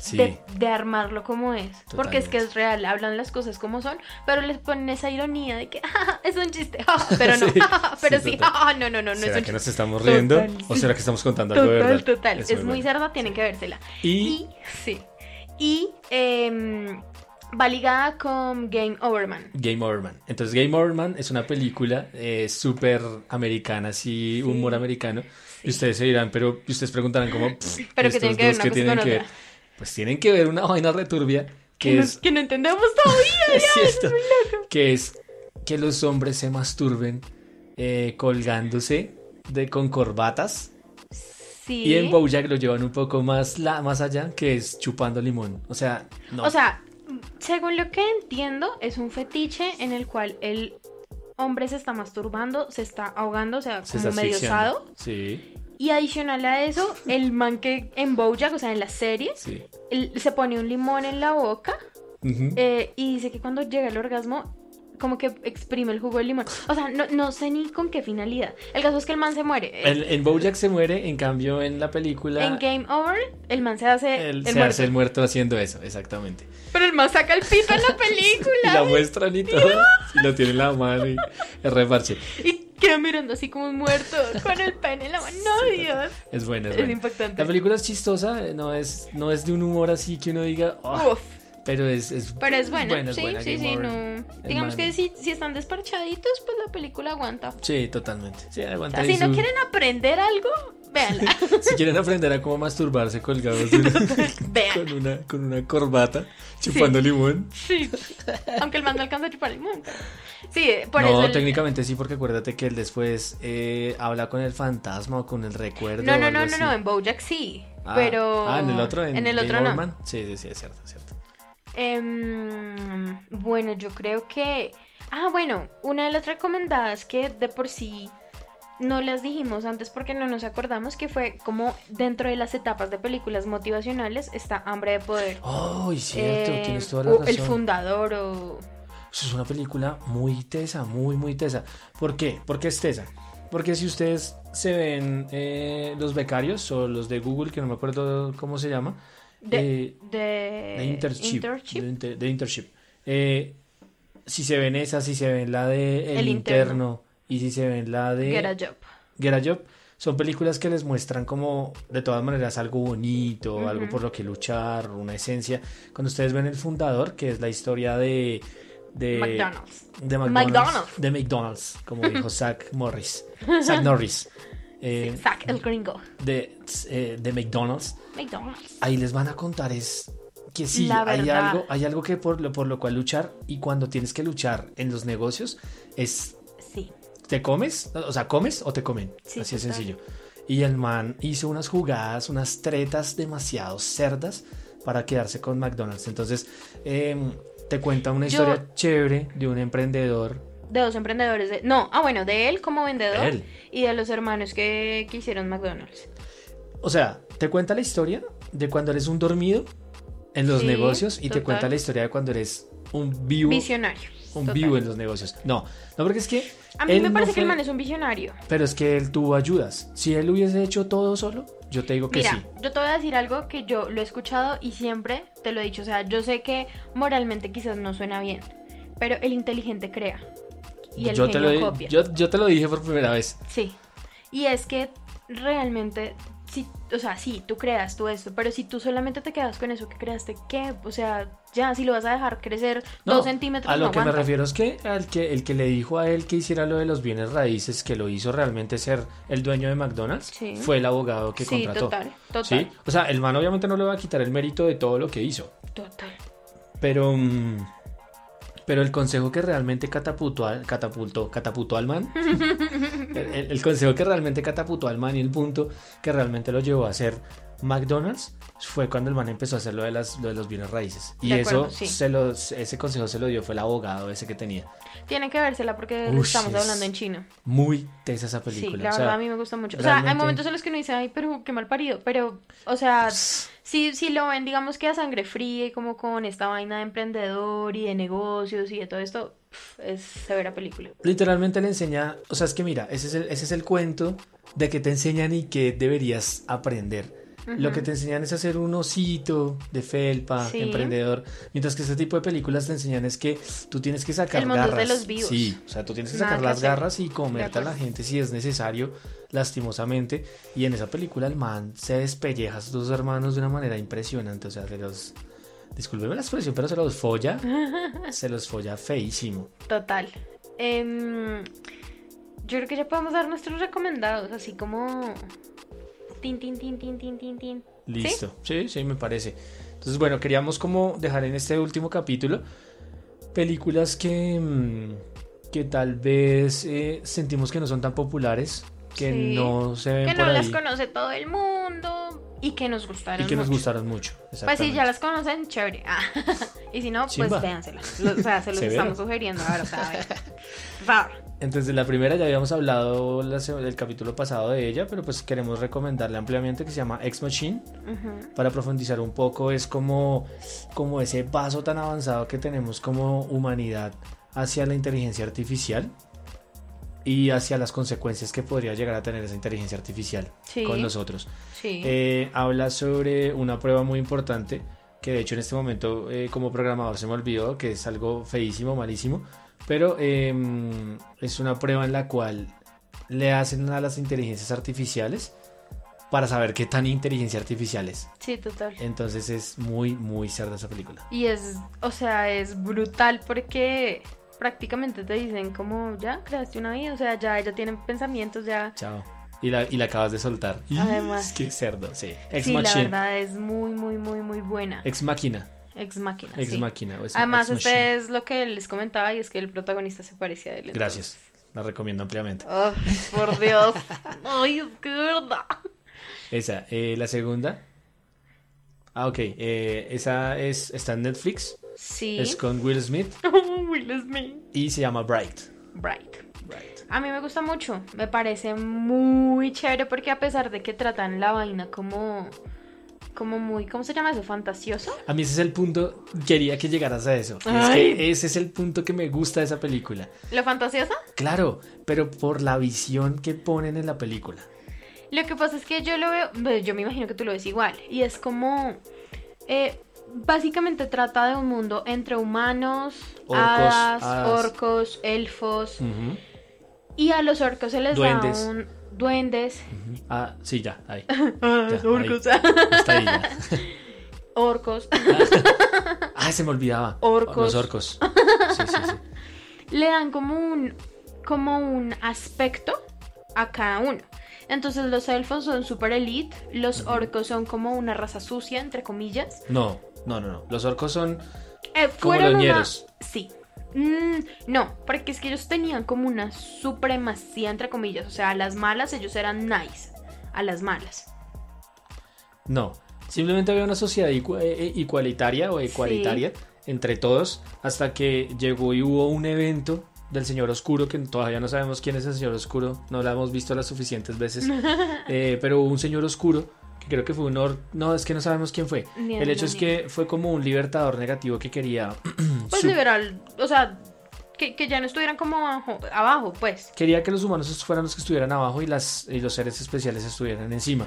A: Sí.
B: de, de armarlo como es. Porque es que
A: Totalmente.
B: es real, hablan las cosas como son, pero les ponen esa ironía de que *laughs* "Ah, es un chiste, *laughs* ah, pero no,
A: *laughs* Sí,
B: ah, pero
A: sí,
B: sí,
A: total.
B: ah, *laughs* no, no, no, no es
A: ¿Será
B: un
A: que
B: chiste.
A: nos estamos
B: Total,
A: riendo? ¿O
B: sí.
A: será que estamos contando algo de
B: Total,
A: verdad?
B: total, es, muy
A: bueno.
B: cerda, tienen que vérsela.
A: Y
B: Y, sí, y em, va ligada con Game Overman.
A: Game Overman. Entonces, Game Overman es una película eh, súper americana, así, humor americano.
B: Sí.
A: Y ustedes se dirán, pero y ustedes preguntarán como... pff,
B: Pero que
A: estos
B: tienen que ver
A: dos
B: una
A: ¿qué
B: cosa
A: tienen
B: con
A: que
B: otra.
A: ver? Pues tienen que ver una vaina returbia
B: Que,
A: que
B: no-
A: es...
B: que no entendemos todavía.
A: es cierto, que es que los hombres se masturben eh, colgándose de, con corbatas.
B: Sí.
A: Y en Bojack lo llevan un poco más, la, más allá, que es chupando limón. O sea, no.
B: O sea, según lo que entiendo, es un fetiche en el cual el hombre se está masturbando, se está ahogando, o sea,
A: se
B: como
A: está
B: medio
A: asfixiando.
B: osado.
A: Sí,
B: Y adicional a eso, el man que en Bojack, o sea, en las series,
A: sí.
B: él se pone un limón en la boca
A: Ujú.
B: eh, y dice que cuando llega el orgasmo, como que exprime el jugo del limón. O sea, no, no sé ni con qué finalidad. El caso es que el man se muere.
A: El- en Bojack se muere, en cambio en la película
B: en Game Over, el man se hace
A: él
B: el,
A: se
B: muerto.
A: hace el muerto haciendo eso, exactamente.
B: Pero el man saca el pito en la
A: Y *laughs* la
B: película.
A: muestran y todo. Y lo tiene en la mano y es reparche.
B: Y queda mirando así como un muerto con el pene en la mano. No, Dios.
A: Es buena, es buena.
B: Es
A: La
B: impactante.
A: película es chistosa, eh, no es, no es de un humor así que uno diga, "Oh,
B: Uf,
A: Pero es, es
B: pero es buena.
A: buena, es
B: sí,
A: buena,
B: sí,
A: Game
B: sí,
A: Over.
B: no.
A: man.
B: Digamos que si, si están desparchaditos, pues la película aguanta.
A: Sí, totalmente. Sí,
B: O
A: aguanta
B: sea,
A: ahí
B: si no
A: su-
B: quieren aprender algo,
A: *laughs*
B: véanla.
A: si quieren aprender a cómo masturbarse colgados
B: *laughs*
A: de-
B: Vean.
A: con, una, con una corbata, chupando limón.
B: Sí. Aunque el man no alcanza a chupar el mundo. Sí, por
A: no,
B: eso. el-
A: técnicamente sí, porque acuérdate que él después eh, habla con el fantasma o con el recuerdo.
B: No,
A: o
B: no,
A: algo
B: no, no,
A: así.
B: no, en Bojack sí.
A: Ah,
B: pero.
A: Ah, en el otro, en,
B: el
A: Game
B: otro
A: Over
B: no.
A: Man. Sí, sí, sí, es cierto, es cierto.
B: Em, bueno, yo creo que. Ah, bueno, una de las recomendadas que de por sí no las dijimos antes porque no nos acordamos que fue como dentro de las etapas de películas motivacionales está Hambre de Poder.
A: Oh, y cierto,
B: Eh,
A: tienes toda la
B: o
A: razón.
B: El fundador o...
A: Eso es una película muy tesa, muy, muy tesa. ¿Por qué? ¿Por qué es tesa? Porque si ustedes se ven eh, los becarios o los de Google, que no me acuerdo cómo se llama,
B: De,
A: eh,
B: de-
A: de internship. De, inter- de internship. Eh, si se ven esa, si se ven la de El,
B: El
A: interno,
B: Interno.
A: y si se ven la de
B: Get a Job.
A: Get a Job, son películas que les muestran como de todas maneras algo bonito,
B: Ujú.
A: algo por lo que luchar, una esencia. Cuando ustedes ven El Fundador, que es la historia de... de
B: McDonald's.
A: de McDonald's,
B: McDonald's.
A: De McDonald's, como
B: *laughs*
A: dijo Zach Morris. Zach Norris. Eh,
B: Zack el gringo.
A: de, eh, de McDonald's.
B: McDonald's.
A: Ahí les van a contar es que sí,
B: La
A: hay
B: verdad.
A: algo, hay algo que por lo, por lo cual luchar y cuando tienes que luchar en los negocios es,
B: Sí.
A: ¿te comes? O sea, ¿comes o te comen?
B: Sí,
A: Así de
B: total.
A: sencillo. Y el man hizo unas jugadas, unas tretas demasiado cerdas para quedarse con McDonald's. Entonces, eh, te cuenta una
B: Yo-
A: historia chévere de un emprendedor.
B: De dos emprendedores. De... No, ah, bueno, de él como vendedor
A: Él.
B: y de los hermanos que, que hicieron McDonald's.
A: O sea, te cuenta la historia de cuando eres un dormido en los
B: Sí,
A: negocios y te
B: total.
A: cuenta la historia de cuando eres un vivo,
B: Visionario.
A: un
B: total.
A: vivo en los negocios. No, no porque es que
B: A mí
A: él
B: me
A: no
B: parece que el
A: fue-
B: man es un visionario.
A: pero es que él tuvo ayudas. Si él hubiese hecho todo solo, yo te digo que
B: Mira,
A: sí.
B: yo te voy a decir algo que yo lo he escuchado y siempre te lo he dicho. O sea, yo sé que moralmente quizás no suena bien, pero el inteligente crea y el
A: yo te
B: genio
A: lo di-
B: copia.
A: yo- yo te lo dije por primera vez.
B: Sí. Y es que realmente, si, o sea, sí, tú creas tú esto, pero si tú solamente te quedas con eso que creaste, ¿qué? O sea, ya, si lo vas a dejar crecer
A: No,
B: dos centímetros,
A: A lo
B: no
A: que me
B: aguanta.
A: refiero es que, al que el que le dijo a él que hiciera lo de los bienes raíces, que lo hizo realmente ser el dueño de McDonald's,
B: Sí.
A: fue el abogado que
B: sí,
A: contrató.
B: total, total,
A: ¿Sí? O sea, el man obviamente no le va a quitar el mérito de todo lo que hizo.
B: total.
A: Pero, mm, pero el consejo que realmente catapultó, al- catapultó, catapultó al
B: *laughs*
A: man, el, el- el consejo que realmente catapultó al man y el punto que realmente lo llevó a hacer McDonald's fue cuando el man empezó a hacer lo de, las, lo de los bienes raíces. Y
B: De
A: eso,
B: acuerdo, sí.
A: se lo, ese consejo se lo dio, fue el abogado ese que tenía.
B: Tiene que vérsela porque
A: Ush,
B: estamos
A: es-
B: hablando en chino.
A: Muy tesa esa película.
B: Sí, la
A: o sea,
B: verdad a mí me gusta mucho. O sea, hay
A: realmente-
B: momentos en los que uno dice, ay, pero qué mal parido. Pero, o sea,
A: pss,
B: si, si lo ven, digamos que a sangre fría y como con esta vaina de emprendedor y de negocios y de todo esto, pf, es severa película.
A: Literalmente le enseña, o sea, es que mira, ese es el, ese es el cuento de que te enseñan y que deberías aprender. Lo que
B: Ujú.
A: te enseñan es a ser un osito de felpa,
B: Sí.
A: emprendedor. Mientras que este tipo de películas te enseñan es que tú tienes que sacar
B: El mundo es
A: garras.
B: de los vivos.
A: Sí, o sea, tú tienes que
B: Nada
A: sacar
B: que
A: las
B: hacer.
A: garras y comerte a la
B: acuerdo.
A: gente si es necesario, lastimosamente. Y en esa película el man se despelleja a sus dos hermanos de una manera impresionante. O sea, se los. Discúlpeme la expresión, pero se los
B: *laughs*
A: folla. se los folla feísimo.
B: Total. Em, yo creo que ya podemos dar nuestros recomendados, así como... Tin, tin, tin, tin, tin, tin, tin.
A: Listo. ¿Sí? sí, me parece. Entonces, bueno, queríamos como dejar en este último capítulo películas que, mm, que tal vez eh, sentimos que no son tan populares, que
B: Sí.
A: no se ven
B: Que
A: por
B: no las
A: ahí
B: conoce todo el mundo y que nos gustaron.
A: y que nos
B: mucho.
A: gustaron mucho.
B: Pues si
A: exactamente.
B: ya las conocen, chévere. Ah, *laughs* y si no,
A: Chimba.
B: pues véanselas. Lo- O
A: *laughs*
B: sea, se los
A: Severo.
B: estamos sugiriendo ahora, o sea,
A: *laughs*
B: a ver. Por favor.
A: Entonces, la primera ya habíamos hablado la se- el capítulo pasado de ella, pero pues queremos recomendarle ampliamente que se llama Ex Machine.
B: Ujú.
A: para profundizar un poco es como, como ese paso tan avanzado que tenemos como humanidad hacia la inteligencia artificial y hacia las consecuencias que podría llegar a tener esa inteligencia artificial
B: Sí.
A: con nosotros.
B: Sí.
A: Eh, habla sobre una prueba muy importante que de hecho en este momento eh, como programador se me olvidó que es algo feísimo, malísimo, pero eh, es una prueba en la cual le hacen a las inteligencias artificiales para saber qué tan inteligencia artificial es.
B: sí, total.
A: Entonces es muy, muy cerda esa película.
B: Y es, o sea, es brutal porque prácticamente te dicen como, ya, creaste una vida, o sea, ya ella tiene pensamientos, ya...
A: Chao. Y la, y la acabas de soltar.
B: Además.
A: Es que cerdo, sí. Ex
B: sí, la
A: Machina.
B: verdad es muy, muy, muy, muy buena.
A: Ex Máquina.
B: Ex máquina.
A: Ex
B: Ah, sí.
A: Máquina. o es-
B: Además,
A: Ex Machine.
B: este es lo que les comentaba y es que el protagonista se parecía a él. entonces-
A: Gracias. La recomiendo ampliamente.
B: Ay, por
A: *laughs*
B: Dios. Ay, es que de verdad.
A: Esa. eh, la segunda. Ah, ok. eh, esa es, está en Netflix.
B: Sí. *laughs*
A: Es con Will Smith
B: Will Smith.
A: y se llama Bright.
B: Bright.
A: Bright.
B: A mí me gusta mucho, me parece muy chévere porque a pesar de que tratan la vaina como como muy, ¿cómo se llama eso? ¿Fantasioso?
A: A mí ese es el punto, quería que llegaras a eso. Es que ese es el punto que me gusta de esa película.
B: ¿Lo fantasioso?
A: Claro, pero por la visión que ponen en la película.
B: Lo que pasa es que yo lo veo, pues, yo me imagino que tú lo ves igual, y es como, eh, básicamente trata de un mundo entre humanos, orcos, hadas, hadas. orcos, elfos, uh -huh. y a los orcos se les
A: Duendes.
B: da un duendes,
A: Ujú. Ah, sí, ya, ahí.
B: *laughs* Ah,
A: Ya,
B: orcos.
A: ahí. Está ahí
B: *laughs*
A: ya.
B: orcos,
A: Ah, se me olvidaba. Los
B: Orcos.
A: orcos. Sí, sí, sí.
B: le dan como un, como un aspecto a cada uno. Entonces los elfos son super elite, los orcos son como una raza sucia, entre comillas.
A: No, no, no, no. Los orcos son
B: Eh,
A: como
B: fueron
A: los
B: una-
A: ñeros.
B: Sí. Mm, no, porque es que ellos tenían como una supremacía, entre comillas. O sea, a las malas ellos eran nice. A las malas.
A: No. Simplemente había una sociedad icu- eh, eh, igualitaria o ecualitaria entre todos hasta que llegó y hubo un evento del Señor Oscuro, que todavía no sabemos quién es el Señor Oscuro, no lo hemos visto las suficientes
B: *laughs*
A: veces, eh, pero hubo un Señor Oscuro que creo que fue un... or- No, es que no sabemos quién fue.
B: Ni
A: El
B: uno
A: hecho es
B: ni
A: que fue como un libertador negativo que quería *clears throat*
B: Pues
A: su-
B: liberal, o sea, que, que ya no estuvieran como abajo, abajo, pues.
A: quería que los humanos fueran los que estuvieran abajo y, las, y los seres especiales estuvieran encima.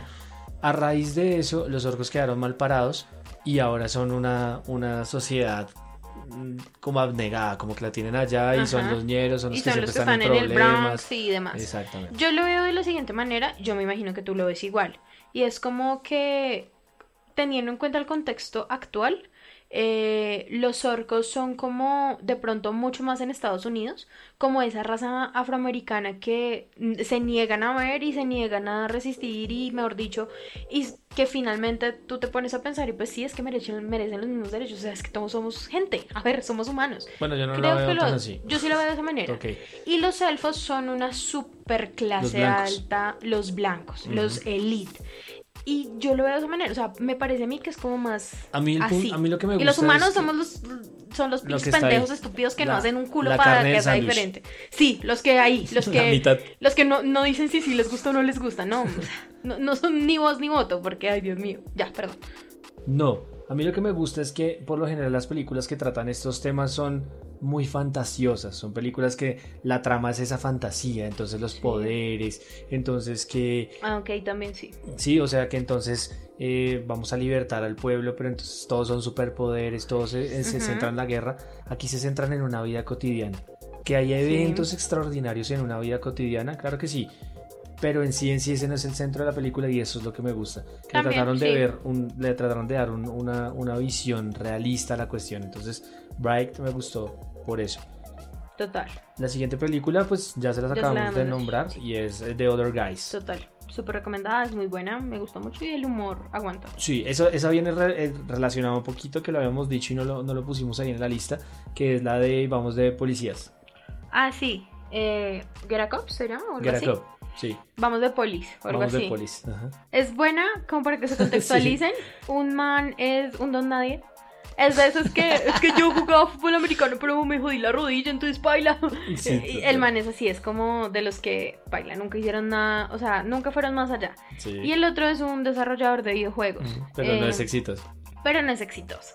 A: A raíz de eso, los orcos quedaron mal parados y ahora son una, una sociedad mm, como abnegada, como que la tienen allá y son
B: Ajá.
A: los ñeros, son los
B: Y
A: que
B: son
A: siempre
B: los que
A: están,
B: están en el Bronx
A: problemas.
B: y demás.
A: Exactamente.
B: Yo lo veo de la siguiente manera, yo me imagino que tú lo ves igual. Y es como que, teniendo en cuenta el contexto actual, eh, los orcos son como, de pronto, mucho más en Estados Unidos, como esa raza afroamericana que mm, se niegan a ver y se niegan a resistir y, mejor dicho, y s- que finalmente tú te pones a pensar y pues sí, es que merecen, merecen los mismos derechos, o sea, es que todos somos gente, a ver, somos humanos.
A: Bueno, yo no
B: Creo
A: lo
B: que
A: veo
B: lo-
A: tan así.
B: yo sí lo veo de esa manera.
A: Ok.
B: Y los elfos son una superclase
A: Los blancos.
B: alta, los blancos,
A: Ujú.
B: los elite. Y yo lo veo de esa manera, o sea, me parece a mí que es como más
A: A mí, el
B: así.
A: pun- a mí lo que me gusta
B: Ah, y los humanos
A: es que-
B: somos los son los
A: lo que
B: pinches
A: está ahí.
B: pendejos estúpidos que no
A: La-
B: hacen un culo
A: la
B: para
A: carne
B: que
A: del
B: sea
A: sándwich.
B: diferente. Sí, los que ahí,
A: *laughs*
B: los
A: La
B: que
A: mitad.
B: los que no, no dicen si sí les gusta o no les gusta, no, o sea, no, no son ni voz ni voto, porque ay Dios mío, ya, perdón.
A: No, a mí lo que me gusta es que por lo general las películas que tratan estos temas son muy fantasiosas, son películas que la trama es esa fantasía, entonces los poderes, entonces que
B: Ah, ok, también sí.
A: sí, o sea que entonces eh, vamos a libertar al pueblo, pero entonces todos son superpoderes, todos se, eh, se
B: Ujú.
A: centran en la guerra, aquí se centran en una vida cotidiana, que hay eventos extraordinarios en una vida cotidiana, claro que sí. Pero en sí, en sí, ese no es el centro de la película y eso es lo que me gusta. Que
B: También,
A: trataron de
B: sí.
A: ver, un- le trataron de dar un- una, una visión realista a la cuestión. Entonces, Bright me gustó por eso.
B: Total,
A: La siguiente película, pues ya se las
B: Ya se la
A: acabamos de
B: hemos dicho,
A: nombrar
B: sí.
A: y es eh, The Other Guys.
B: total. Súper recomendada, es muy buena, me gustó mucho y el humor aguanta.
A: Sí, eso, esa viene re- eh, relacionada un poquito que lo habíamos dicho y no lo, no lo pusimos ahí en la lista, que es la de, vamos, de policías.
B: Ah, sí. Eh, Get a Cop, ¿será? ¿O algo
A: Get a
B: así?
A: Club, sí.
B: Vamos de polis, o algo
A: Vamos
B: así.
A: de polis. ajá.
B: Es buena, como para
A: *laughs*
B: que se contextualicen. Un man es un don nadie. Es de esos que, es que yo jugaba fútbol americano, pero me jodí la rodilla, entonces baila.
A: Sí,
B: *laughs* Y el man es así, es como de los que baila, nunca hicieron nada, o sea, nunca fueron más allá.
A: sí.
B: Y el otro es un desarrollador de videojuegos.
A: Ujú, Pero no
B: Eh,
A: es exitoso.
B: pero no es exitoso.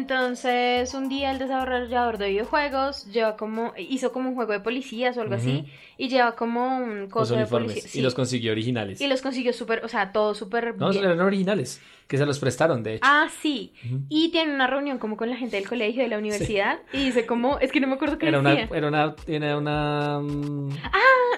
B: Entonces, un día el desarrollador de videojuegos lleva como, hizo como un juego de policías o algo así, y lleva como un
A: Los
B: coso de
A: uniformes.
B: policía.
A: Y
B: sí,
A: los consiguió originales.
B: y los consiguió súper, o sea, todo súper
A: No,
B: bien.
A: eran originales, que se los prestaron, de hecho.
B: Ah, sí.
A: Ujú.
B: Y tiene una reunión como con la gente del colegio, de la universidad, y dice como, es que no me acuerdo qué
A: Era una, pues
B: decía,
A: era una, era una, mm,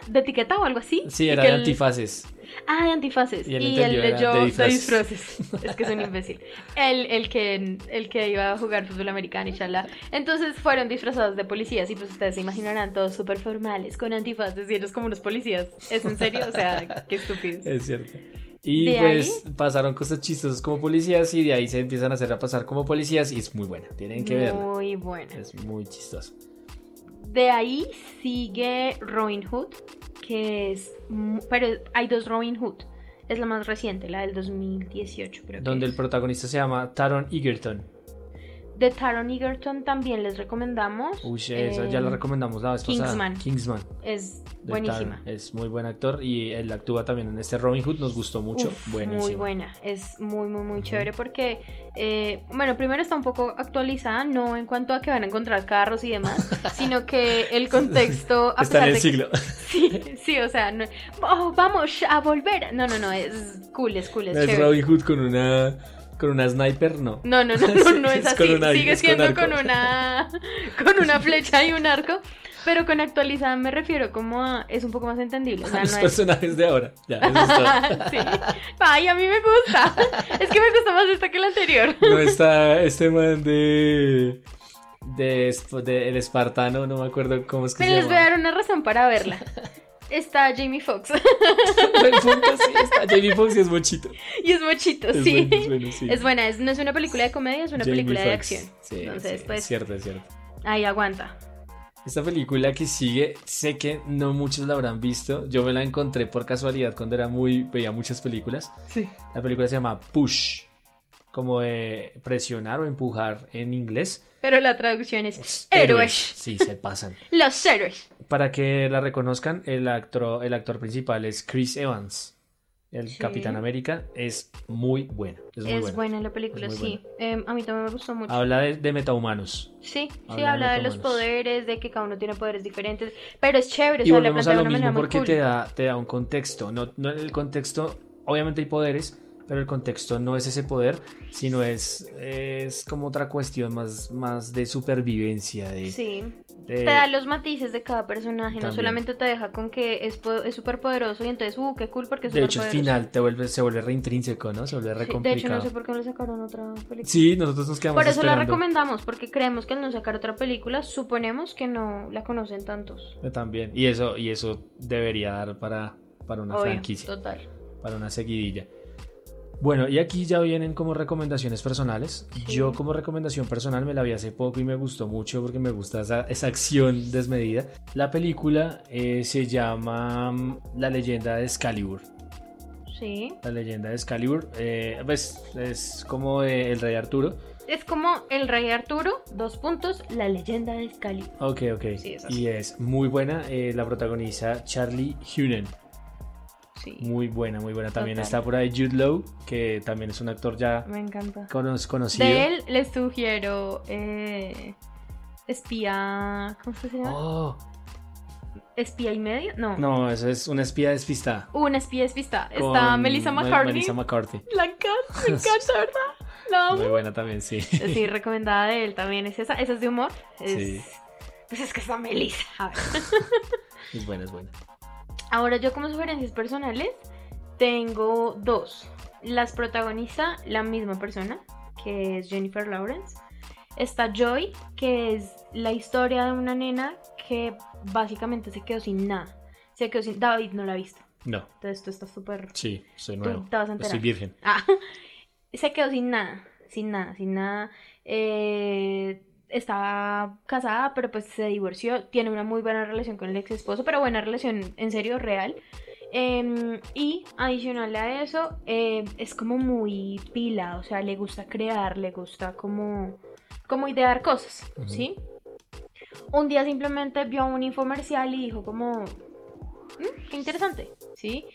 B: de etiqueta o algo así.
A: sí,
B: y
A: era
B: que
A: de
B: el-
A: antifaces.
B: Ah, de antifaces.
A: Y
B: Y
A: él
B: él,
A: entendió, era
B: leyó
A: de
B: de
A: disfraces. *laughs*
B: disfraces. Es que es un imbécil. El, el, que, el que iba a jugar fútbol americano y charla. Entonces fueron disfrazados de policías y pues ustedes se imaginarán todos súper formales con antifaces y ellos como unos policías. ¿Es en serio? O sea, qué estúpido.
A: Es cierto. Y
B: ¿De
A: pues pasaron cosas chistosas como policías y de ahí se empiezan a hacer a pasar como policías y es muy buena. *laughs* Tienen que verla.
B: Muy buena.
A: Es muy chistosa.
B: De ahí sigue Robin Hood, que es... mu- Pero hay dos Robin Hood. Es la más reciente, la del 2018 creo que
A: Donde el
B: es.
A: protagonista se llama Taron Egerton.
B: De Taron Egerton también les recomendamos.
A: Uy, esa ya la recomendamos la vez
B: Eh, Kingsman.
A: pasada. Kingsman.
B: Es
A: de
B: buenísima.
A: Taron. Es muy buen actor y él actúa también en este Robin Hood. Nos gustó mucho.
B: Uf,
A: Buenísimo.
B: Muy buena, es muy, muy, muy chévere porque, eh, bueno, primero está un poco actualizada, no en cuanto a que van a encontrar carros y
A: *laughs*
B: demás, sino que el contexto... a
A: Está en
B: pesar
A: el
B: de que-
A: siglo.
B: Sí, sí, o sea, no- "Oh, vamos a volver. No, no, no, es cool, es cool, es,
A: No es
B: chévere.
A: Robin Hood con una, con una sniper, no.
B: No, no, no, no, no
A: *laughs* Sí,
B: es
A: es con
B: así.
A: un ar-
B: Sigue
A: es con
B: siendo
A: arco.
B: con, una con una flecha y un arco, pero con actualizada me refiero como a es un poco más entendible, o sea,
A: los
B: no es
A: personajes de ahora. Ya, eso es todo.
B: *laughs* sí. Ay, a mí me gusta. Es que me gusta más esta que la anterior.
A: No está este man de. De, Esp- de El Espartano, no me acuerdo cómo es que
B: Pero
A: se
B: les voy a
A: llama. *laughs*
B: dar una razón para verla. Está Jamie Foxx *laughs*
A: El punto sí está. Jamie Foxx y es mochito.
B: y es mochito,
A: Es
B: sí.
A: bueno, es bueno, sí.
B: Es buena, es- no es una película de comedia, es una
A: Jamie
B: película de
A: Foxx.
B: acción.
A: Sí,
B: Entonces,
A: sí,
B: pues-
A: es cierto, es cierto.
B: Ahí aguanta.
A: Esta película que sigue, sé que no muchos la habrán visto. Yo me la encontré por casualidad cuando era muy. veía muchas películas.
B: Sí.
A: La película se llama Push, como de presionar o empujar en inglés.
B: Pero la traducción es héroes.
A: Sí, se pasan. *laughs*
B: Los héroes.
A: Para que la reconozcan, el actor, el actor principal es Chris Evans. El
B: Sí.
A: Capitán América es muy buena. Es muy
B: Es,
A: buena.
B: buena la película,
A: Es muy Ah,
B: sí. Em, a mí también me gustó mucho.
A: Habla de, de metahumanos.
B: Sí, sí,
A: Habla de
B: habla de los
A: metahumanos.
B: poderes, de que cada uno tiene poderes diferentes, pero es chévere, o
A: Y
B: sea, la
A: volvemos a
B: plantea de
A: lo
B: una manera
A: mismo
B: muy
A: porque
B: cool.
A: te, da, te da un contexto. No, no el contexto, obviamente hay poderes, pero el contexto no es ese poder, sino es, es como otra cuestión más, más de supervivencia. De,
B: Sí.
A: de-
B: Te da los matices de cada personaje, no
A: eh, También.
B: solamente te deja con que es po- es súper poderoso y entonces, uh, qué cool porque es
A: de hecho, el
B: superpoderoso.
A: final te vuelve, se vuelve reintrínseco, ¿no? Se vuelve re
B: Sí, de hecho,
A: complicado.
B: no sé por qué no le sacaron otra película.
A: Sí, nosotros nos quedamos
B: por eso la
A: esperando.
B: recomendamos, porque creemos que al no sacar otra película, suponemos que no la conocen tantos.
A: Yo también. Y eso, y eso debería dar para, para una
B: Obvio,
A: franquicia,
B: total.
A: para una seguidilla. Bueno, y aquí ya vienen como recomendaciones personales. Yo como recomendación personal me la vi hace poco y me gustó mucho porque me gusta esa, esa acción desmedida. La película eh, se llama mm, La leyenda de Excalibur.
B: Sí.
A: La leyenda de Excalibur eh, pues, es como de el rey Arturo.
B: Es como El Rey Arturo, dos puntos, la leyenda de Excalibur.
A: Ok, ok.
B: Sí, es así.
A: y es muy buena. eh, la protagoniza Charlie Hunan.
B: Sí.
A: Muy buena, muy buena. También
B: Total.
A: está por ahí Jude Law, que también es un actor ya
B: Me encanta.
A: cono- conocido.
B: De él les sugiero eh, espía. ¿Cómo se llama?
A: Oh,
B: ¿Espía y medio? No.
A: no, eso es una espía despistada.
B: Una espía despista. Está
A: Con
B: Melissa
A: Mel-
B: McCartney.
A: Melissa McCarthy.
B: La encanta, me encanta, ¿verdad? La
A: *laughs*
B: amo.
A: Muy buena también, sí.
B: Sí, recomendada de él también es esa. Esa es de humor. Es-
A: Sí.
B: Pues es que está Melissa. A ver.
A: Es buena, es buena.
B: Ahora yo como sugerencias personales tengo dos. Las protagoniza la misma persona, que es Jennifer Lawrence. Está Joy, que es la historia de una nena que básicamente se quedó sin nada. Se quedó sin... David no la ha visto.
A: No,
B: Entonces tú estás súper...
A: sí, soy
B: Tú
A: nuevo.
B: te vas a enterar.
A: Soy virgen.
B: Ah, se quedó sin nada, sin nada, sin nada. Eh, estaba casada, pero pues se divorció. Tiene una muy buena relación con el ex esposo, pero buena relación en serio, real. Eh, y adicional a eso, eh, es como muy pila, o sea, le gusta crear, le gusta como, como idear cosas,
A: Ujú.
B: ¿sí? Un día simplemente vio un infomercial y dijo como, "Mm, qué interesante, ¿sí?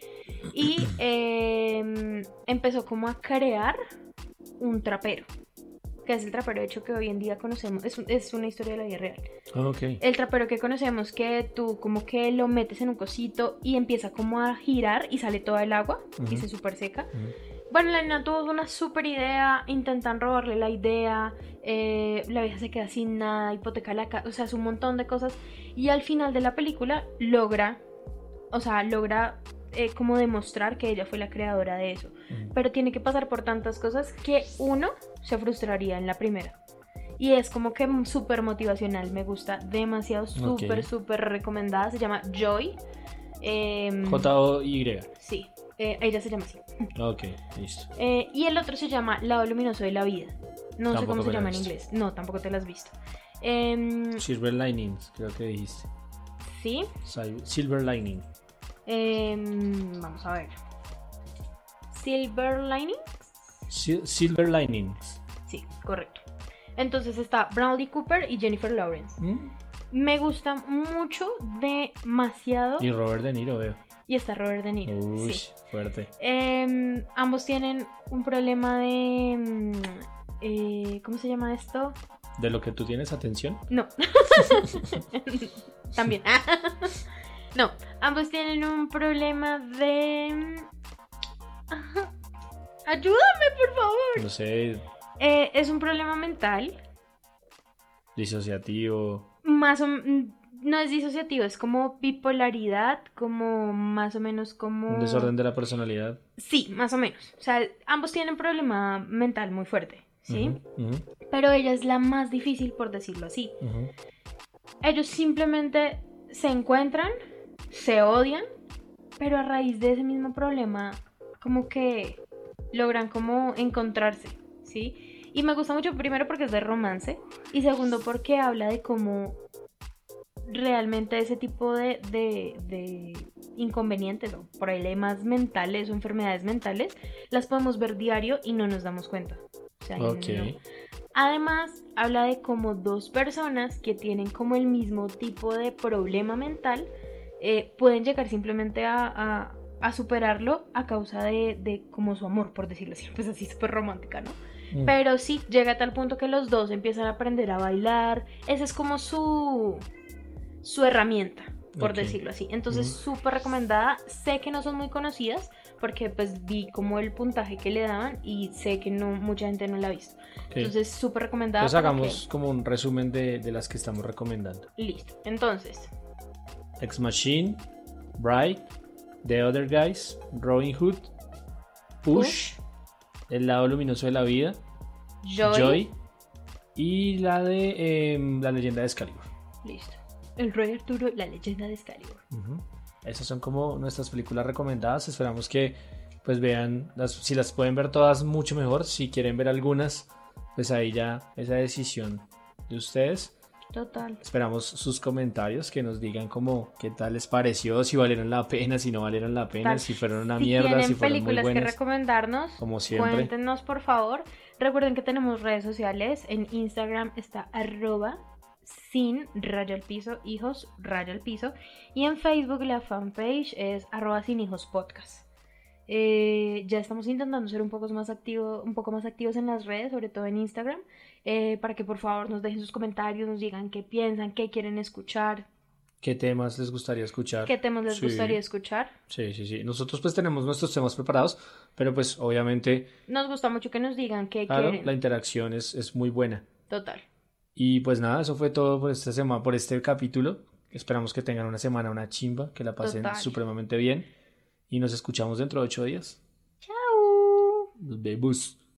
B: Y eh, empezó como a crear un trapero, que es el trapero de hecho que hoy en día conocemos, es, un- es una historia de la vida real.
A: Ok.
B: El trapero que conocemos que tú como que lo metes en un cosito y empieza como a girar y sale toda el agua y
A: Ujú.
B: se super seca.
A: Ujú.
B: Bueno, la nena tuvo una super idea, intentan robarle la idea, eh, la vieja se queda sin nada, hipoteca la casa, o sea, es un montón de cosas. Y al final de la película logra, o sea, logra eh, como demostrar que ella fue la creadora de eso
A: Ujú.
B: pero tiene que pasar por tantas cosas que uno se frustraría en la primera. Y es como que súper motivacional, me gusta demasiado, súper, súper recomendada. Se llama Joy. Em,
A: J-O-Y.
B: Sí, eh, ella se llama así.
A: Ok, listo.
B: Eh, y el otro se llama Lado Luminoso de la Vida. No sé
A: Tampoco
B: cómo
A: me
B: se
A: la he
B: llama en
A: visto.
B: inglés. No, tampoco te lo has visto. Em,
A: Silver Linings, creo que dijiste.
B: sí,
A: Sil- Silver Lining.
B: em, vamos a ver. Silver Lining.
A: Sil- Silver Linings.
B: Sí, correcto. Entonces está Bradley Cooper y Jennifer Lawrence.
A: Mm.
B: Me gusta mucho, demasiado.
A: Y Robert De Niro, veo.
B: Y está Robert De Niro.
A: Uy,
B: sí.
A: fuerte.
B: Em, ambos tienen un problema de... em, eh, ¿Cómo se llama esto?
A: ¿De lo que tú tienes atención?
B: No. *laughs* También. *laughs* no, ambos tienen un problema de... mm, Ajá. Ayúdame, por favor.
A: No sé,
B: Eh, es un problema mental.
A: disociativo.
B: Más o m- No es disociativo, es como bipolaridad, como más o menos como...
A: Un desorden de la personalidad.
B: Sí, más o menos. O sea, ambos tienen problema mental muy fuerte, ¿sí?
A: Ujú, ujú,
B: Pero ella es la más difícil, por decirlo así.
A: ujú.
B: Ellos simplemente se encuentran, se odian, pero a raíz de ese mismo problema, como que logran como encontrarse, ¿sí? Y me gusta mucho, primero porque es de romance, y segundo porque habla de cómo realmente ese tipo de, de- de inconvenientes o problemas mentales o enfermedades mentales las podemos ver diario y no nos damos cuenta. O sea, no-
A: Ok.
B: Además, habla de cómo dos personas que tienen como el mismo tipo de problema mental eh, pueden llegar simplemente a, a- a superarlo a causa de, de como su amor, por decirlo así, *laughs* pues así súper romántica, ¿no?
A: Mm.
B: Pero sí, llega a tal punto que los dos empiezan a aprender a bailar. Esa es como su, su herramienta, por
A: Ok.
B: decirlo así. Entonces, súper recomendada. Sé que no son muy conocidas porque pues vi como el puntaje que le daban y sé que no mucha gente no la ha visto.
A: Ok.
B: Entonces, súper recomendada.
A: Entonces
B: para
A: hagamos como un resumen de, de las que estamos recomendando.
B: que- Listo. Entonces,
A: Ex Machine, Bright, The Other Guys, Robin Hood, Push, El lado luminoso de la vida,
B: Joy.
A: Joy, y la de em, La leyenda de Excalibur.
B: Listo. El Rey Arturo, la leyenda de Excalibur.
A: Ujú. Esas son como nuestras películas recomendadas. Esperamos que pues vean, las- si las pueden ver todas mucho mejor. Si quieren ver algunas, pues ahí ya esa decisión de ustedes.
B: Total.
A: Esperamos sus comentarios, que nos digan como qué tal les pareció, si valieron la pena, si no valieron la pena,
B: Tal.
A: si fueron una
B: si
A: mierda,
B: tienen
A: si fueron muy
B: películas que
A: buenas.
B: recomendarnos,
A: Como siempre.
B: cuéntenos por favor. Recuerden que tenemos redes sociales. En Instagram está arroba sin raya al piso, hijos raya al piso. Y en Facebook la fanpage es arroba sin hijos podcast. Eh, ya estamos intentando ser un poco más activo, un poco más activos en las redes, sobre todo en Instagram, eh, para que por favor nos dejen sus comentarios, nos digan qué piensan, qué quieren escuchar,
A: ¿Qué temas les gustaría escuchar?
B: qué temas les
A: Sí.
B: gustaría escuchar.
A: Sí, sí, sí. Nosotros pues tenemos nuestros temas preparados, pero pues obviamente,
B: Nos gusta mucho que nos digan qué
A: claro,
B: quieren.
A: la interacción es, es muy buena.
B: Total.
A: Y pues nada, eso fue todo por esta semana, por este capítulo. Esperamos que tengan una semana, una chimba, que la pasen
B: Total.
A: supremamente bien. Y nos escuchamos dentro de ocho días.
B: Au.
A: Nos vemos.